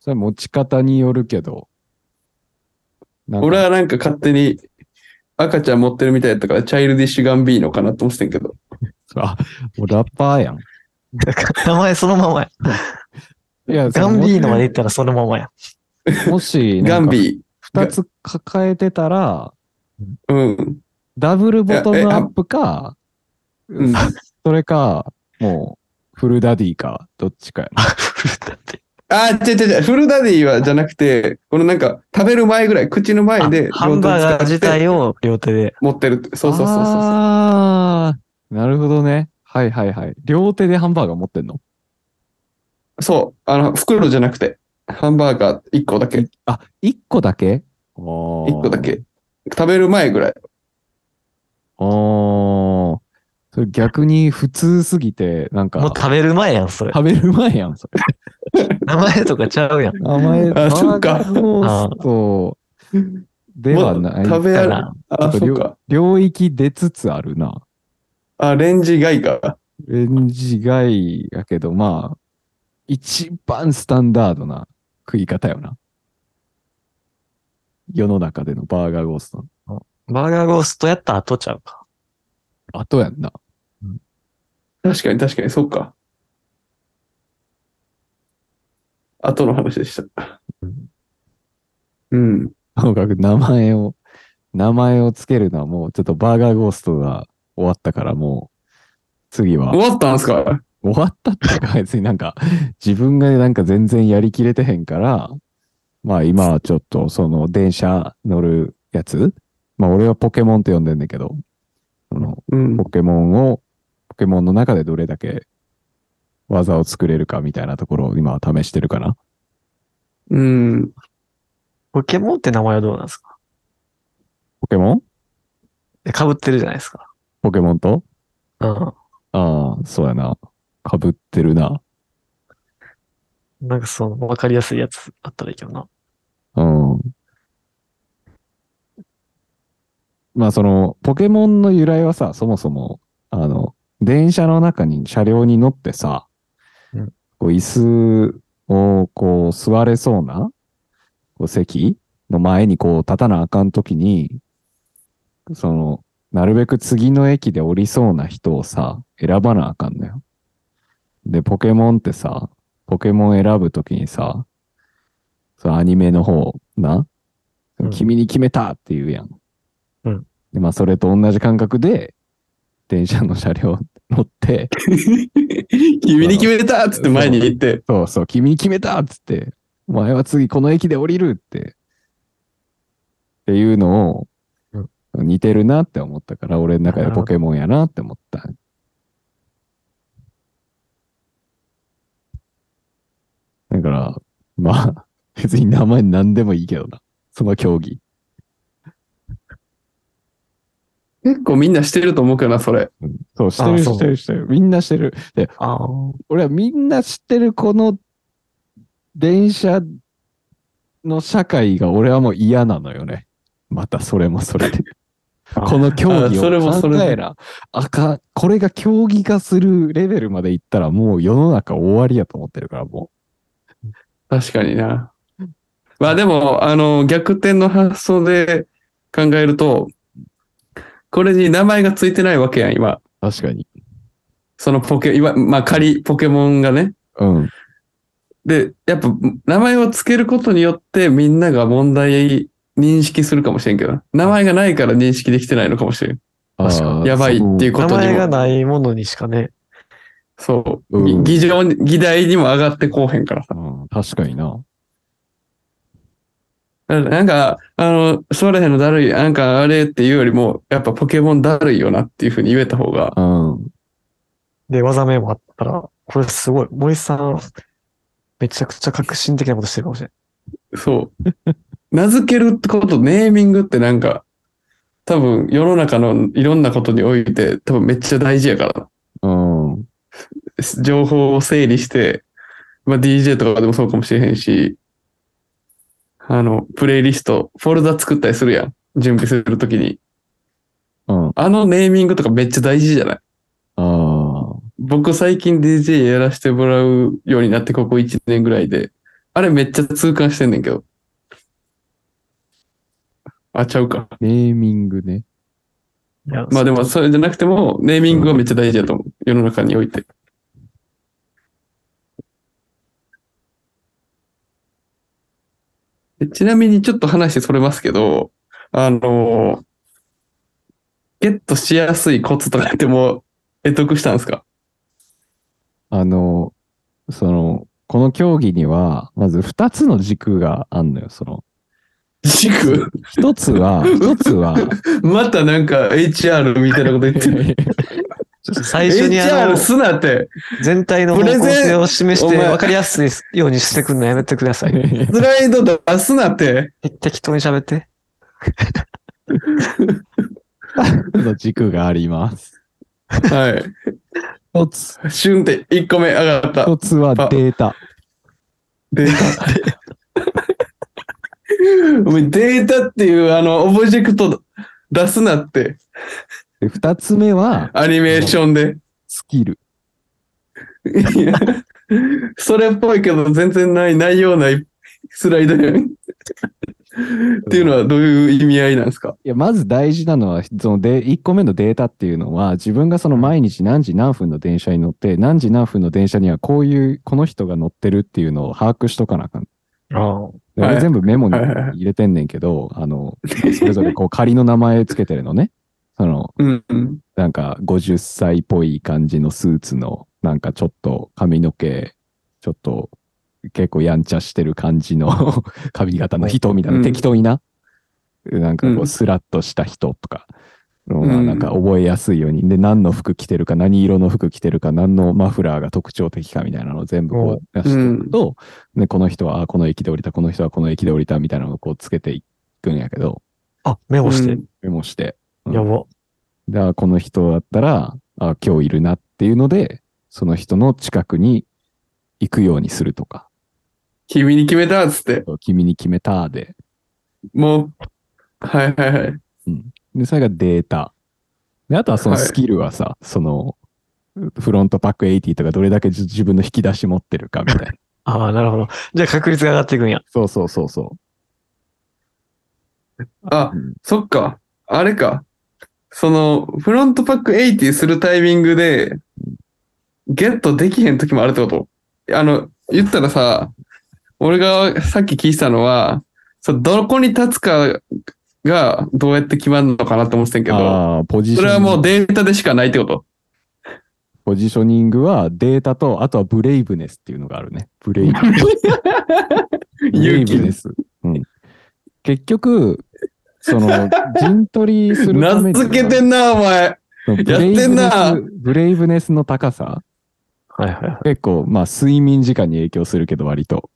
それ持ち方によるけど。なんか
俺はなんか勝手に赤ちゃん持ってるみたいだったからチャイルディッシュガンビーノかなと思ってたんやけど。
あ、もうラッパーやん。
名前そのままや。
いや
ガンビーノまで
で。
行ったらそのままや。
もし、
ガン
ー。
ビ
二つ抱えてたら、
ー。うん。
ダブルボトムアップか、
うん、
それか、もう、フルダディか、どっちかやな。
だって
あ、違う違う違う、フルダディはじゃなくて、このなんか、食べる前ぐらい、口の 前で、
ハンバーガー自体を両手で。
持ってるって。そうそうそうそう。
ああ、なるほどね。はいはいはい。両手でハンバーガー持ってんの
そう、あの、袋じゃなくて、ハンバーガー1個だけ、1
あ、一個だけ一個
個だ。け。食べる前ぐらい。
あーそれ逆に普通すぎて、なん
もう
か、
食べる前やん、それ。
食べる前やん、それ。
名前とかちゃうやん。
名前、
あそっか
バーガーゴーストではな
もう
い。
食べ
だ
やる。
から、
あ、
ちょっと
そ
量
うか。
領域出つつあるな。
あ、レンジ外か。
レンジ外やけど、まあ、一番スタンダードな食い方よな。世の中でのバーガーゴーストの。
バーガーゴーストやった後ちゃうか。
あとやんな。
確かに確かに、そうか。後の話でした。うん。
ともかく名前を、名前をつけるのはもうちょっとバーガーゴーストが終わったからもう、次は
終わったんすか
終わったっていうか別になんか自分がなんか全然やりきれてへんから、まあ今はちょっとその電車乗るやつ、まあ俺はポケモンって呼んでんだけど、その
うん
ポ。ケモンを、ポケモンの中でどれだけ技を作れるかみたいなところを今は試してるかな。
うん。
ポケモンって名前はどうなんですか
ポケモン
で被ってるじゃないですか。
ポケモンと
うん。
ああ、そうやな。被ってるな。
なんかその、わかりやすいやつあったらいいけどな。
うん。まあその、ポケモンの由来はさ、そもそも、あの、電車の中に、車両に乗ってさ、
うん
こう椅子をこう座れそうな、こう席の前にこう立たなあかんときに、その、なるべく次の駅で降りそうな人をさ、選ばなあかんのよ。で、ポケモンってさ、ポケモン選ぶときにさ、そのアニメの方な、
うん
君に決めたって言うやん。
うん
で、まあ、それと同じ感覚で、電車の車両乗って、
君に決めたっつって前に行って、
そうそう、君に決めたっつって、お前は次この駅で降りるって、っていうのを
う、
似てるなって思ったから、俺の中でポケモンやなって思った。だから、まあ、別に名前何でもいいけどな。その競技。
結構みんなしてると思うけどな、それ。
そう、してる、
あそう
してる、してる。みんなしてる。で、
ああ。
俺はみんな知ってるこの電車の社会が俺はもう嫌なのよね。またそれもそれで。
あ
この競 技
あそれも
を
そ
考
れで
えなあかん。これが競技化するレベルまでいったらもう世の中終わりやと思ってるからも
確かにな。まあでも、あの、逆転の発想で考えると、これに名前がついてないわけやん、今。
う。確かに。
そのポケ、いわまあ仮ポケモンがね。
うん。
で、やっぱ名前をつけることによってみんなが問題認識するかもしれんけどな、名前がないから認識できてないのかもしれん。
確か
あー
やばいっていう
そ
ことにも。
名前がないものにしかね。
そう。
うん
ぎ議場に、議題にも上がってこうへんからさ。
うん確かにな。
なんか、あの、それへんのだるい、なんかあれっていうよりも、やっぱポケモンだるいよなっていうふうに言えた方が、
うん。
で、技名もあったら、これすごい。森さん、めちゃくちゃ革新的なことしてるかもしれ
そう。名付けるってこと、ネーミングってなんか、多分世の中のいろんなことにおいて、多分めっちゃ大事やから、
うん。
情報を整理して、まあ DJ とかでもそうかもしれへんし、あの、プレイリスト、フォルダ作ったりするやん。準備するときに。
うん。あ
あのネーミングとかめっちゃ大事じゃない
あ。
僕最近 DJ やらせてもらうようになってここ1年ぐらいで、あれめっちゃ痛感してんねんけど。あ、ちゃうか。
ネーミングね。
ない。
まあで
も。
もそれじゃなくても、ネーミングはめっちゃ大事だと思う。世の中において。でちなみにちょっと話それますけど、あのゲットしやすいコツとかってもう、得得したんですか
あの、その、この競技には、まず二つの軸があんのよ。その、
軸
一つは、一つは、
またなんか HR みたいなこと言ってる。
最初にあ
HR
の、
すなって、
全体の方向性を示し
プレ
て
ゼンお前
分かりやすいようにしてくんのやめてください。
スライド出すなって。
適当に喋って。
の軸があります。
は
一つ、
い。シュンって1個目上がった。
一つはデータ。
データ。お前データっていうあのオブジェクト出すなって、
で二つ目は、
アニメーションで。
スキル。
いやそれっぽいけど全然ない内容ないスライドやん。っていうのはどういう意味合いなんですか
いや、まず大事なのは、そので、一個目のデータっていうのは、自分がその毎日何時何分の電車に乗って、何時何分の電車にはこういう、この人が乗ってるっていうのを把握しとかなあかん。
あ
で
は
俺
い
全部メモに
はいはいはい
入れてんねんけど、あの、それぞれこう仮の名前つけてるのね。その、
うんうん。
なんか50歳っぽい感じのスーツの、なんかちょっと髪の毛、ちょっと結構やんちゃしてる感じの 髪型の人みたいな、
うん
適当にな。なんかこ
う
うんスラッとした人とか、まあ
うん
なんか覚えやすいように、で、何の服着てるか、何色の服着てるか、何のマフラーが特徴的かみたいなのを全部こう出していくと、でこの人はあこの駅で降りた、この人はこの駅で降りたみたいなのをこうつけていくんやけど、
あ。あ、メモして。
メモして。うん
やば。
で、あこの人だったら、あ今日いるなっていうので、その人の近くに行くようにするとか、
君に決めたっつって。
君に決めたで、
もう、はいはいはい。
で、それがデータ。で、あとはその
はい
スキルはさ、その、フロントパック80とかどれだけじ自分の引き出し持ってるかみたいな。
ああ、なるほど。じゃあ確率が上がっていくんや。
そうそうそうそ
あ
うん、
そっか。あれか。その、フロントパック80するタイミングで、ゲットできへん時もあるってことあの、言ったらさ、俺がさっき聞いてたのは、そどこに立つかがどうやって決まるのかなって思ってたんや
う。
けど、
ああ、ポジシ
そ
ョ
れは
ニ
も
ン
う
グ。
データでしかないってこと
ポジショニングはデータと、あとはブレイブネスっていうのがあるね。ブレイ ブ。ブレイ
勇
ブネ
気。
ス。うん。結局、その、陣取りするた
名
めには
付けてんな、お前。
そのブレイブネス
やってんな
ブレイブネスの高さ
はいはいはい。
結構、まあ、睡眠時間に影響するけど、割と。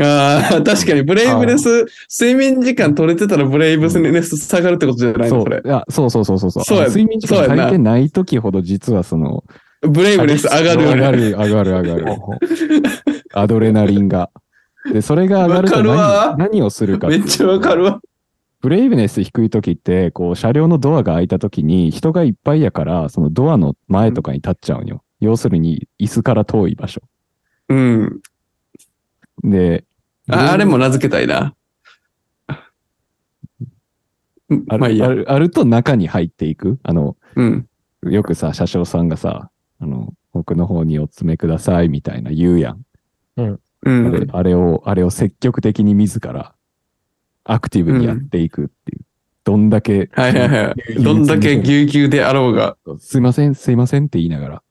ああ、確かに、ブレイブネス、睡眠時間取れてたらブレイブネス下がるってことじゃない
そ
の
う
それ
い。やそうそうそうそうそう
そうや
あの睡眠時間
そうや
足
な
りてない時ほど、実はその、
ブレイブネス上がるよ
上
ね。
がる、上がる、上がる。アドレナリンが。で、それが上がると
わかる
何
わ
何をするか
めっちゃわかるわ。
ブレイブネス低い時って、こう、車両のドアが開いた時に、人がいっぱいやから、そのドアの前とかに立っちゃうんよ。要するに、椅子から遠い場所。
うん。
で、
ああれも名付けたいな。うん
ある、
まあいい
あ
や。
るあると中に入っていく。あの、
うん。
よくさ、車掌さんがさ、あの、奥の方にお詰めくださいみたいな言うやん。
う
あ
ん
れ。あれを、あれを積極的に自らアクティブにやっていくっていう。どんだけ、
はいはいはい。どんだけぎゅうぎゅうであろうが。
すいません、すいませんって言いなが ら。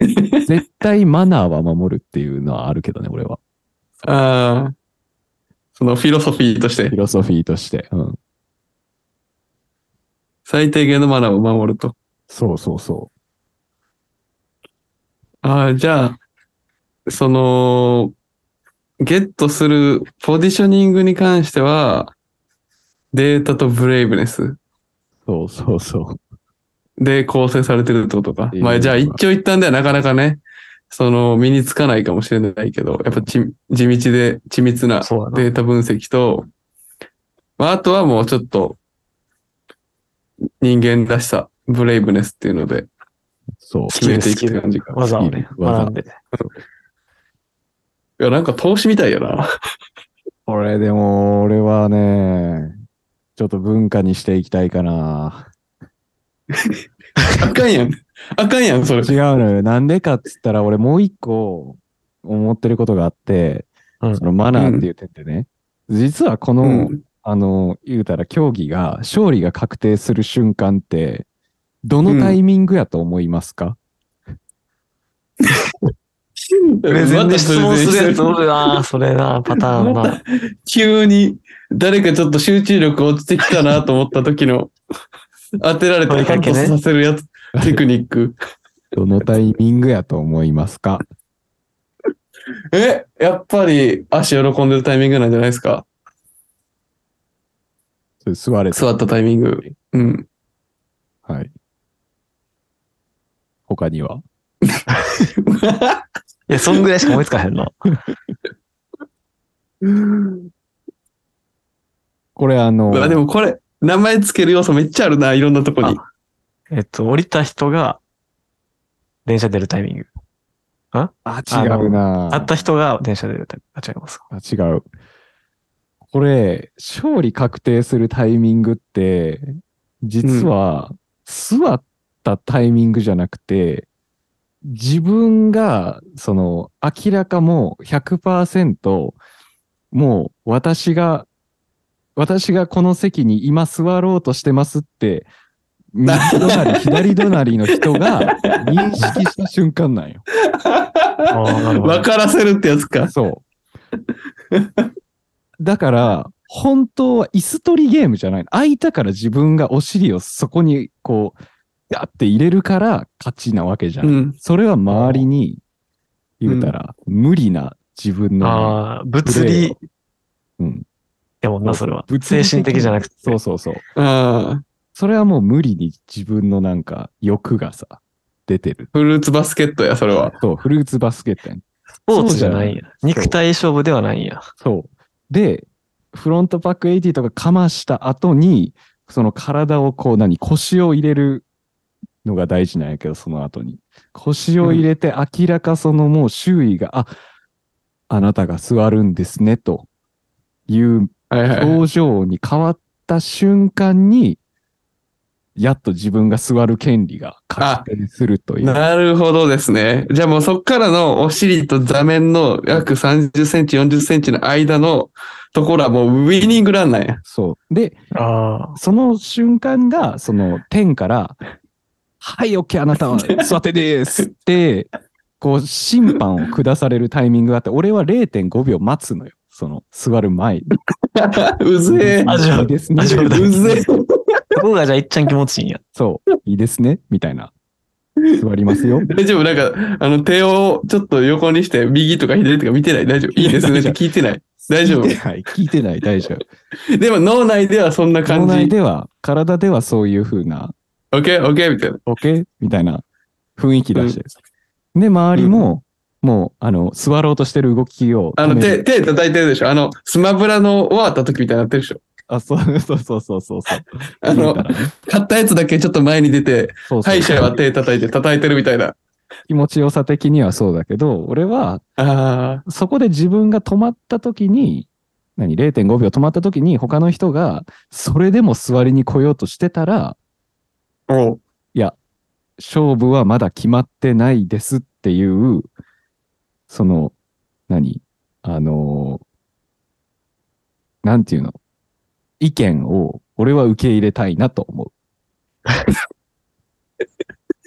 絶対マナーは守るっていうのはあるけどね、俺は。
ああ。そのフィロソフィーとし
フ
て
ィ、ロソフィーとして。うん。
最低限のマナーを守ると。
そうそうそ
ああ、じゃあ、その、ゲットするポジショニングに関しては、データとブレイブネス
う。そうそうそう。
で構成されてるってことか。
えー
まあじゃあ一長一短ではなかなかね、その身につかないかもしれないけど、やっぱち地道で緻密な
そうだな。
データ分析と、まああとはもうちょっと人間らしさ、ブレイブネスっていうので
そう。
決めていくって感じか。
技をね、
技
学んで。
いや、なんか投資みたいやな。
これでも、俺はね、ちょっと文化にしていきたいかな。
あかんやん。あかんやん、それ。
違うのよ。なんでかっつったら、俺もう一個思ってることがあって、
うん
そのマナーっていう点でね、実はこの、
うん
あの、言うたら競技が、勝利が確定する瞬間って、どのタイミングやと思いますか、
プレゼンで質問するやつおるな、それな、パターンな。
急に誰かちょっと集中力落ちてきたなと思った時 の当てられて
問い
ハ
か
ッ
け
と
ね
させるやつ、テクニック。
どのタイミングやと思いますか
え、やっぱり足喜んでるタイミングなんじゃないですか
それ座れて。
座ったタイミング。うん。
はい。他には
えそんぐらいしか思いつかへんの。
これあの、
まあでもこれ、名前つける要素めっちゃあるな、いろんなとこに。
えっと、降りた人が、電車出るタイミング。
あ、違うな
会った人が電車出るタイミング。あ、違いますか。
あ、違う。これ、勝利確定するタイミングって、実は、座ったタイミングじゃなくて、自分が、その、明らかもう100%、もう私が、私がこの席に今座ろうとしてますって、右隣、左隣の人が認識した瞬間なんよ。
ーな るほど
わからせるってやつか。
そう。だから、本当は椅子取りゲームじゃないの。空いたから自分がお尻をそこにこう、やって入れるから勝ちなわけじゃ。
うんん。
それは周りに、言うたら、無理な自分の
ああ、
プ
物
レーを。
理
うん。
やもんな、それは。
物理
精
的
神的じゃなくて。
そうそうそう。
ああ、
それはもう無理に自分のなんか欲がさ、出てる。
フルーツバスケットや、それは。
そう、フルーツバスケットやん
スポーツじゃないんや。
そう
肉体勝負ではないんや。
そう。で、フロントパック80とかかました後に、その体をこう何、腰を入れるのが大事なんやけど、その後に。腰を入れて明らかそのもう周囲が、あ、あなたが座るんですね、という
はいはいはい。
表情に変わった瞬間に、やっと自分が座る権利が確定するという。
なるほどですね。じゃあもうそっからのお尻と座面の約30センチ、40センチの間のところはもうウィニングランなんや。
そう。で、
あ
その瞬間が、その天から、はい、オッケー、あな たは座ってですって、こう、審判を下されるタイミングがあって、俺は0.5秒待つのよ。その、座る前に。
うぜえ。
あじゃあ
いいですね
あじゃあ。
うぜえ。
そこがじゃあいっちゃん気持ちいいんや。
そう、いいですね、みたいな。座りますよ。
大丈夫なんか、あの、手をちょっと横にして、右とか左とか見てない大丈夫いいですねって聞いてない。大 丈夫
聞いてない、聞いてない、大丈夫。
でも脳内ではそんな感
脳内
じ。
では、体ではそういう風な、
オッケーオッケーみたいな。
OK? みたいな雰囲気出してる。で、周りも、もう、あの、座ろうとしてる動きを。
あの、手、、手叩いてるでしょあの、スマブラの終わった時みたいになってるでしょ
あ、そうそうそうそうそうそう。
あの
見たらね
買ったやつだけちょっと前に出て、
そうそう
敗者は手叩いて叩いてるみたいな。
気持ちよさ的にはそうだけど、俺は、
あ
そこで自分が止まった時に、何、0.5秒止まった時に、他の人が、それでも座りに来ようとしてたら、
あ、おう
勝負はまだ決まってないですっていう、その、何あのーなんていうの意見を俺は受け入れたいなと思う。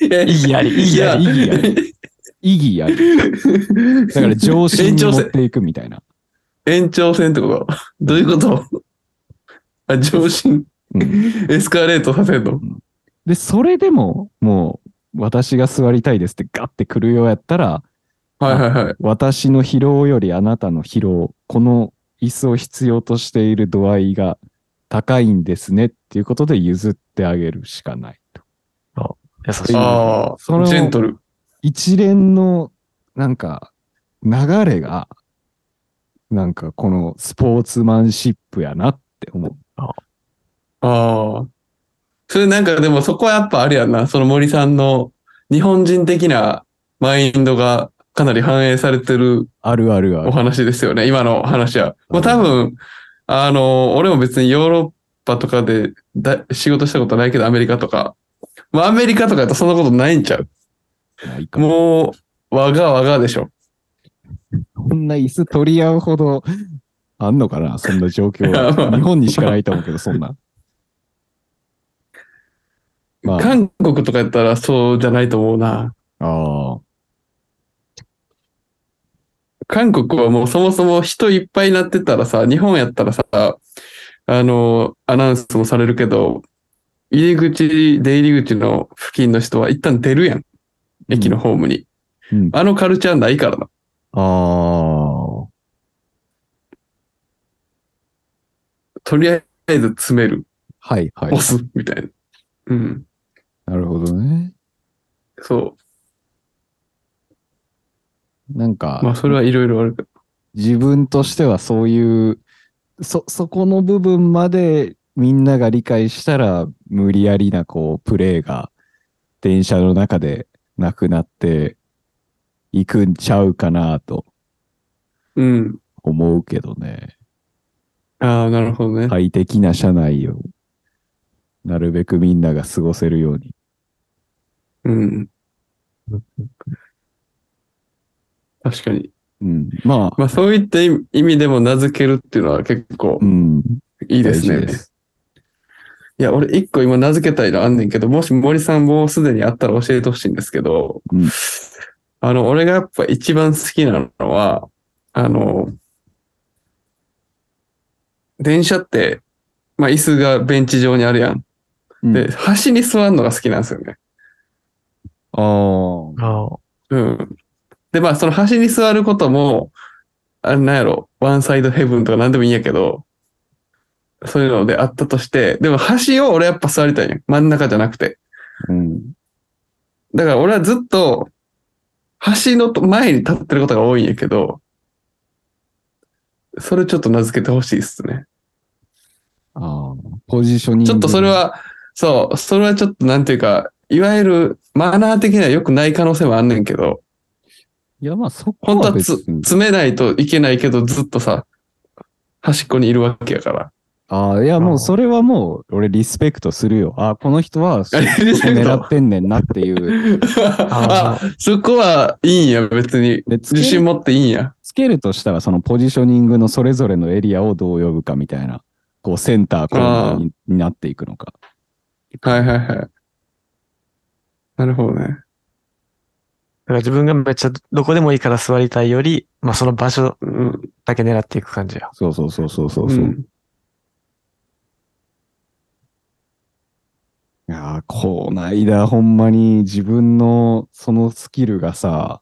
え
意義あり、意義あ
や
り。
意義あ意義ある。だから上心
延
に
長
持
戦
っていくみたいな。
延長戦ってことどういうことあ、上進
うん、
エスカレートさせるの
で、それでももう私が座りたいですってガッて来るようやったら、
はいはいはい。
私の疲労よりあなたの疲労、この椅子を必要としている度合いが高いんですねっていうことで譲ってあげるしかないと。
優しい。
あ
それ
あ、
を
ジェントル。
一連のなんか流れが、なんかこのスポーツマンシップやなって思う。
ああ。それなんかでもそこはやっぱあれやんな。その森さんの日本人的なマインドがかなり反映されてる
あるあるあ
お
る。
話ですよね。今の話は。もう多分、あの、俺も別にヨーロッパとかでだ仕事したことないけど、アメリカとか。まあアメリカとかやとそんなことないんちゃう
ないかも
もう、わがわがでしょ。
こんな椅子取り合うほどあんのかなそんな状況。 日本にしかないと思うけど、そんな。まあ
韓国とかやったらそうじゃないと思うな。
ああ。
韓国はもうそもそも人いっぱいになってたらさ、日本やったらさ、あの、アナウンスもされるけど、入り口、出入り口の付近の人は一旦出るやん。駅のホームに。
うん。
あのカルチャーないからな。
ああ。
とりあえず詰める。
はいはい
押。す。みたいな。うん。
なるほどね。
そ
なんか
う。、まあそれはいろいろあるけど。
自分としてはそういう、そ、そこの部分までみんなが理解したら、無理やりなこう、プレーが電車の中でなくなっていくんちゃうかなと
うん。
思うけどね。
ああ、なるほど ね。
快適な車内を、なるべくみんなが過ごせるように。
うん。確かに。
うん。まあ、
まあそういった意味でも名付けるっていうのは結構
うん。
いいですね。
大事です
いや、俺一個今名付けたいのあんねんけど、もし森さんもうすでにあったら教えてほしいんですけど、
うん
あの、俺がやっぱ一番好きなのは、あの、電車って、まあ、椅子がベンチ上にあるやん。
うん
で、端に座るのが好きなんですよね。
ああ。
ああ
うん。で、まあ、その端に座ることも、あなんやろ、ワンサイドヘブンとかなんでもいいんやけど、そういうのであったとして、でも端を俺やっぱ座りたいんよ真ん中じゃなくて。
うん。
だから俺はずっと、橋のと前に立ってることが多いんやけど、それちょっと名付けてほしいっすね。
あーポジショニング。
ちょっとそれ、は、そう、それはちょっとなんていうか、いわゆるマナー的には良くない可能性もあんねんけど、
いや、まあそこ
本当は
は別
つ
に。
詰めないといけないけど、ずっとさ、端っこにいるわけやから。
ああ、いや、も
あー
うそれはもう、俺リスペクトするよ。ああ、この人は、そこ狙ってんねんなっていう。
あ、そこはいいんや、別に。
で、つけ
自信
る
持っていいんや。
つけるとしたら、そのポジショニングのそれぞれのエリアをどう呼ぶかみたいな、こう、センター、コーナーにになっていくのか。
はいはいはい。なるほどね。
だから自分がめっちゃどこでもいいから座りたいより、まあその場所
うん。
だけ狙っていく感じや。
そうそうそうそうそうそう。
ん
いやー、こないだほんまに自分のそのスキルがさ、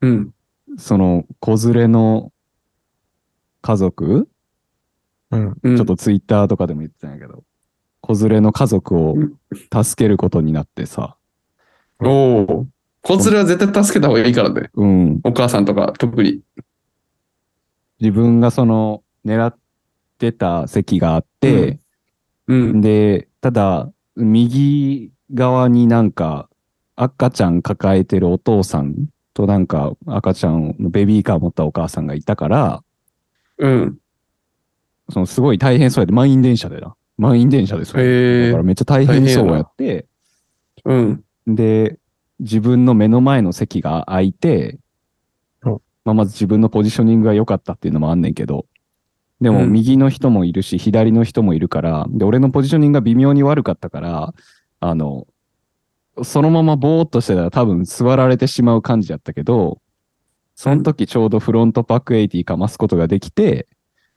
うん。
その子連れの家族、
うん。
うん
ちょっとツイッターとかでも言ってたんやけど、子連れの家族を助けることになってさ、
おお。子連れは絶対助けた方がいいからね。
うん、
お母さんとか特に。
自分がその狙ってた席があって、
うん。
で、ただ右側になんか赤ちゃん抱えてるお父さんとなんか赤ちゃんのベビーカー持ったお母さんがいたから、
うん。
そのすごい大変そうやって、満員電車でな。満員電車ですよ。
へー
だからめっちゃ大変そうやって、
うん。
で、自分の目の前の席が空いて、
うん
まあ、まず自分のポジショニングが良かったっていうのもあんねんけど、でも
うん
右の人もいるし、左の人もいるから、で、俺のポジショニングが微妙に悪かったから、あの、そのままぼーっとしてたら多分座られてしまう感じやったけど、その時ちょうどフロントパック80かますことができて、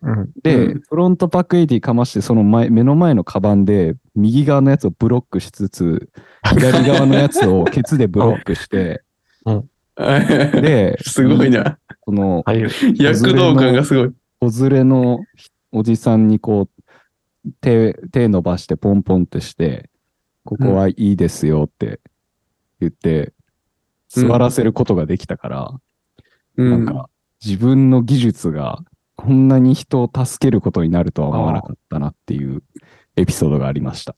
うん。
で、
うん、
フロントパック80かまして、その前、目の前のカバンで、右側のやつをブロックしつつ、左側のやつをケツでブロックして、で
すごいな。
その、
ああいう。
躍動感がすごい。
子連れのおじさんにこう、手、手伸ばしてポンポンってして、ここはいいですよって言って、
うん
座らせることができたから、
う
なん
ん。
か、自分の技術がこんなに人を助けることになるとは思わなかったなっていうエピソードがありました。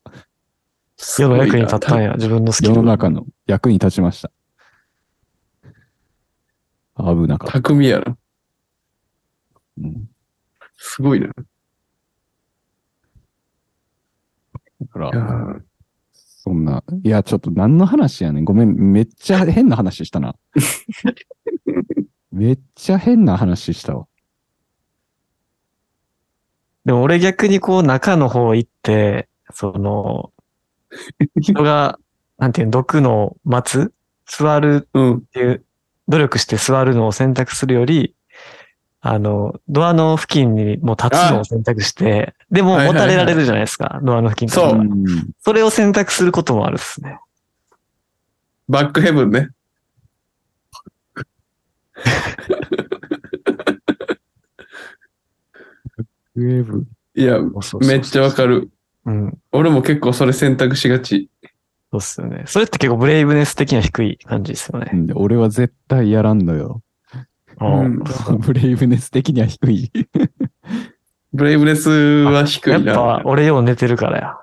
世の役に立ったんや、自分のス
世
キル
の
が。
中の役に立ちました。危なかった。
匠やな。
うん
すごいな。い
だか
や
ら、
ー
そんな、いや、ちょっと何の話やねん。ごめん、めっちゃ変な話したな。めっちゃ変な話したわ。
でも俺逆にこう中の方行って、その、人が、なんていうの、毒の待つ座る
うん。
っていう、努力して座るのを選択するより、あの、ドアの付近にもう立つのを選択して、でも
はいは
持
いはい
たれられるじゃないですか、ドアの付近から
そ
うん
それを選択することもあるっすね。
バックヘブンね。
ウェーブ。
いや、めっちゃわ
る。
かる。
うん。
俺も結構それ選択しがち。
そうっすよね。それって結構ブレイブネス的には低い感じですよ
う
ね。
んで俺は絶対やらんのよ。
うん
あ
ブレイブネス的には低い。
ブレイブレスは低
あやっ
いな。
ぱ俺よう寝てるからや。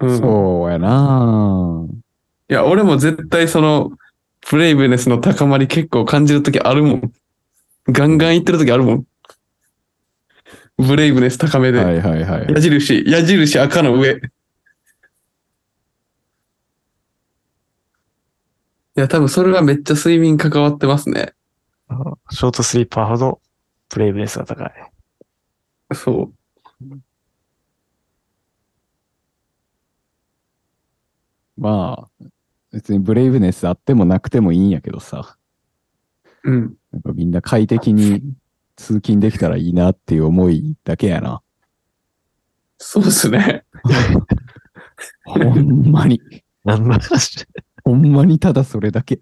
うん、
そうやない
や、俺も絶対その、ブレイブネスの高まり結構感じるときあるもん。ガンガンいってるときあるもん。ブレイブネス高めで。
はいはいはい。
矢印、矢印赤の上。いや、多分それはめっちゃ睡眠関わってますね。
うんショートスリーパーほどブレイブネスが高い。
そう。
まあ、別にブレイブネスあってもなくてもいいんやけどさ。
うん。
なんかみんな快適に通勤できたらいいなっていう思いだけやな。
そうですね。
ほんまに。
何の話
ほんまにただそれだけ。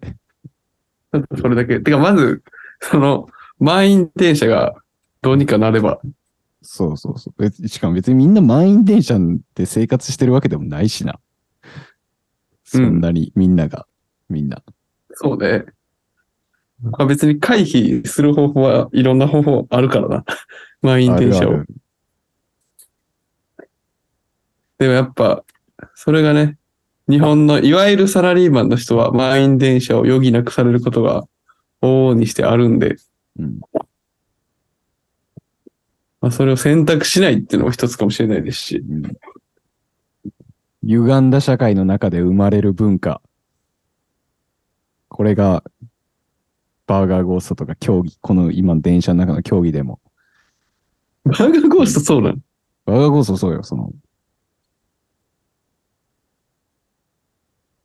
それだけ。てか、まず、その、満員電車がどうにかなれば。
そうそうそう。別しかも別にみんな満員電車で生活してるわけでもないしな。そんなにみんなが、みんな。
そうね。まあ、別に回避す る方法はいろんな方法あるからな。満員電車
あ
を
る。
でもやっぱ、それがね、日本のいわゆるサラリーマンの人は満員電車を余儀なくされることが往々にしてあるんで、
うん。
まあ、それを選択しないっていうのも一つかもしれないですし、
うん歪んだ社会の中で生まれる文化。これが、バーガーゴーストとか競技、この今の電車の中の競技でも。
バーガーゴーストそうなの
バーガーゴーストそうよ、その、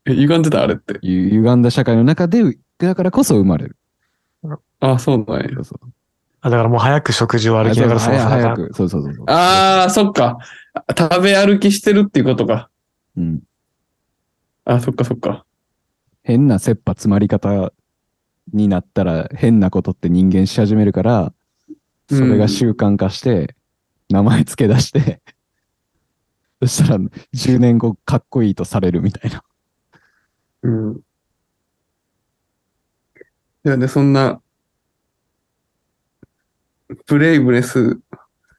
え、歪んでたあれって。
ゆ歪んだ社会の中で、だからこそ生まれる。
あ、そうなんや。
そうそう
あだからもう早く食事を歩きながら
あ
そ
そう
の
早早
腹が
く、そうそうそうそう。
あー、そっか。食べ歩きしてるっていうことか。
うん。
あ、そっかそっか。
変な切羽詰まり方になったら変なことって人間し始めるから、それが習慣化して、名前付け出して、 そしたら10年後かっこいいとされるみたいな。
うん。ではね、そんな、ブレイブレス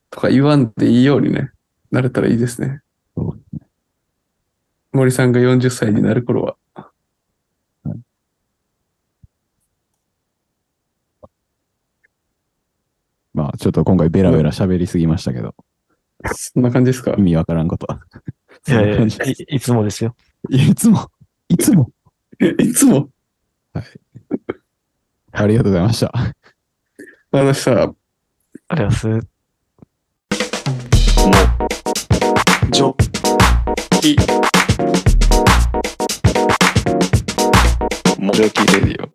とか言わんでいいようにね、なれたらいいですね。
そう
森さんが40歳になる頃は。
まあちょっと今回ベラベラ喋りすぎましたけど、
そんな感じですか
意味わからんことは。
いや
そんな
いや
感じ
い いつもですよ。
いやいつも、いつも、
いつも、
ありがとうございました。
話したら、
ありがとうございます。
もジョキレディオ。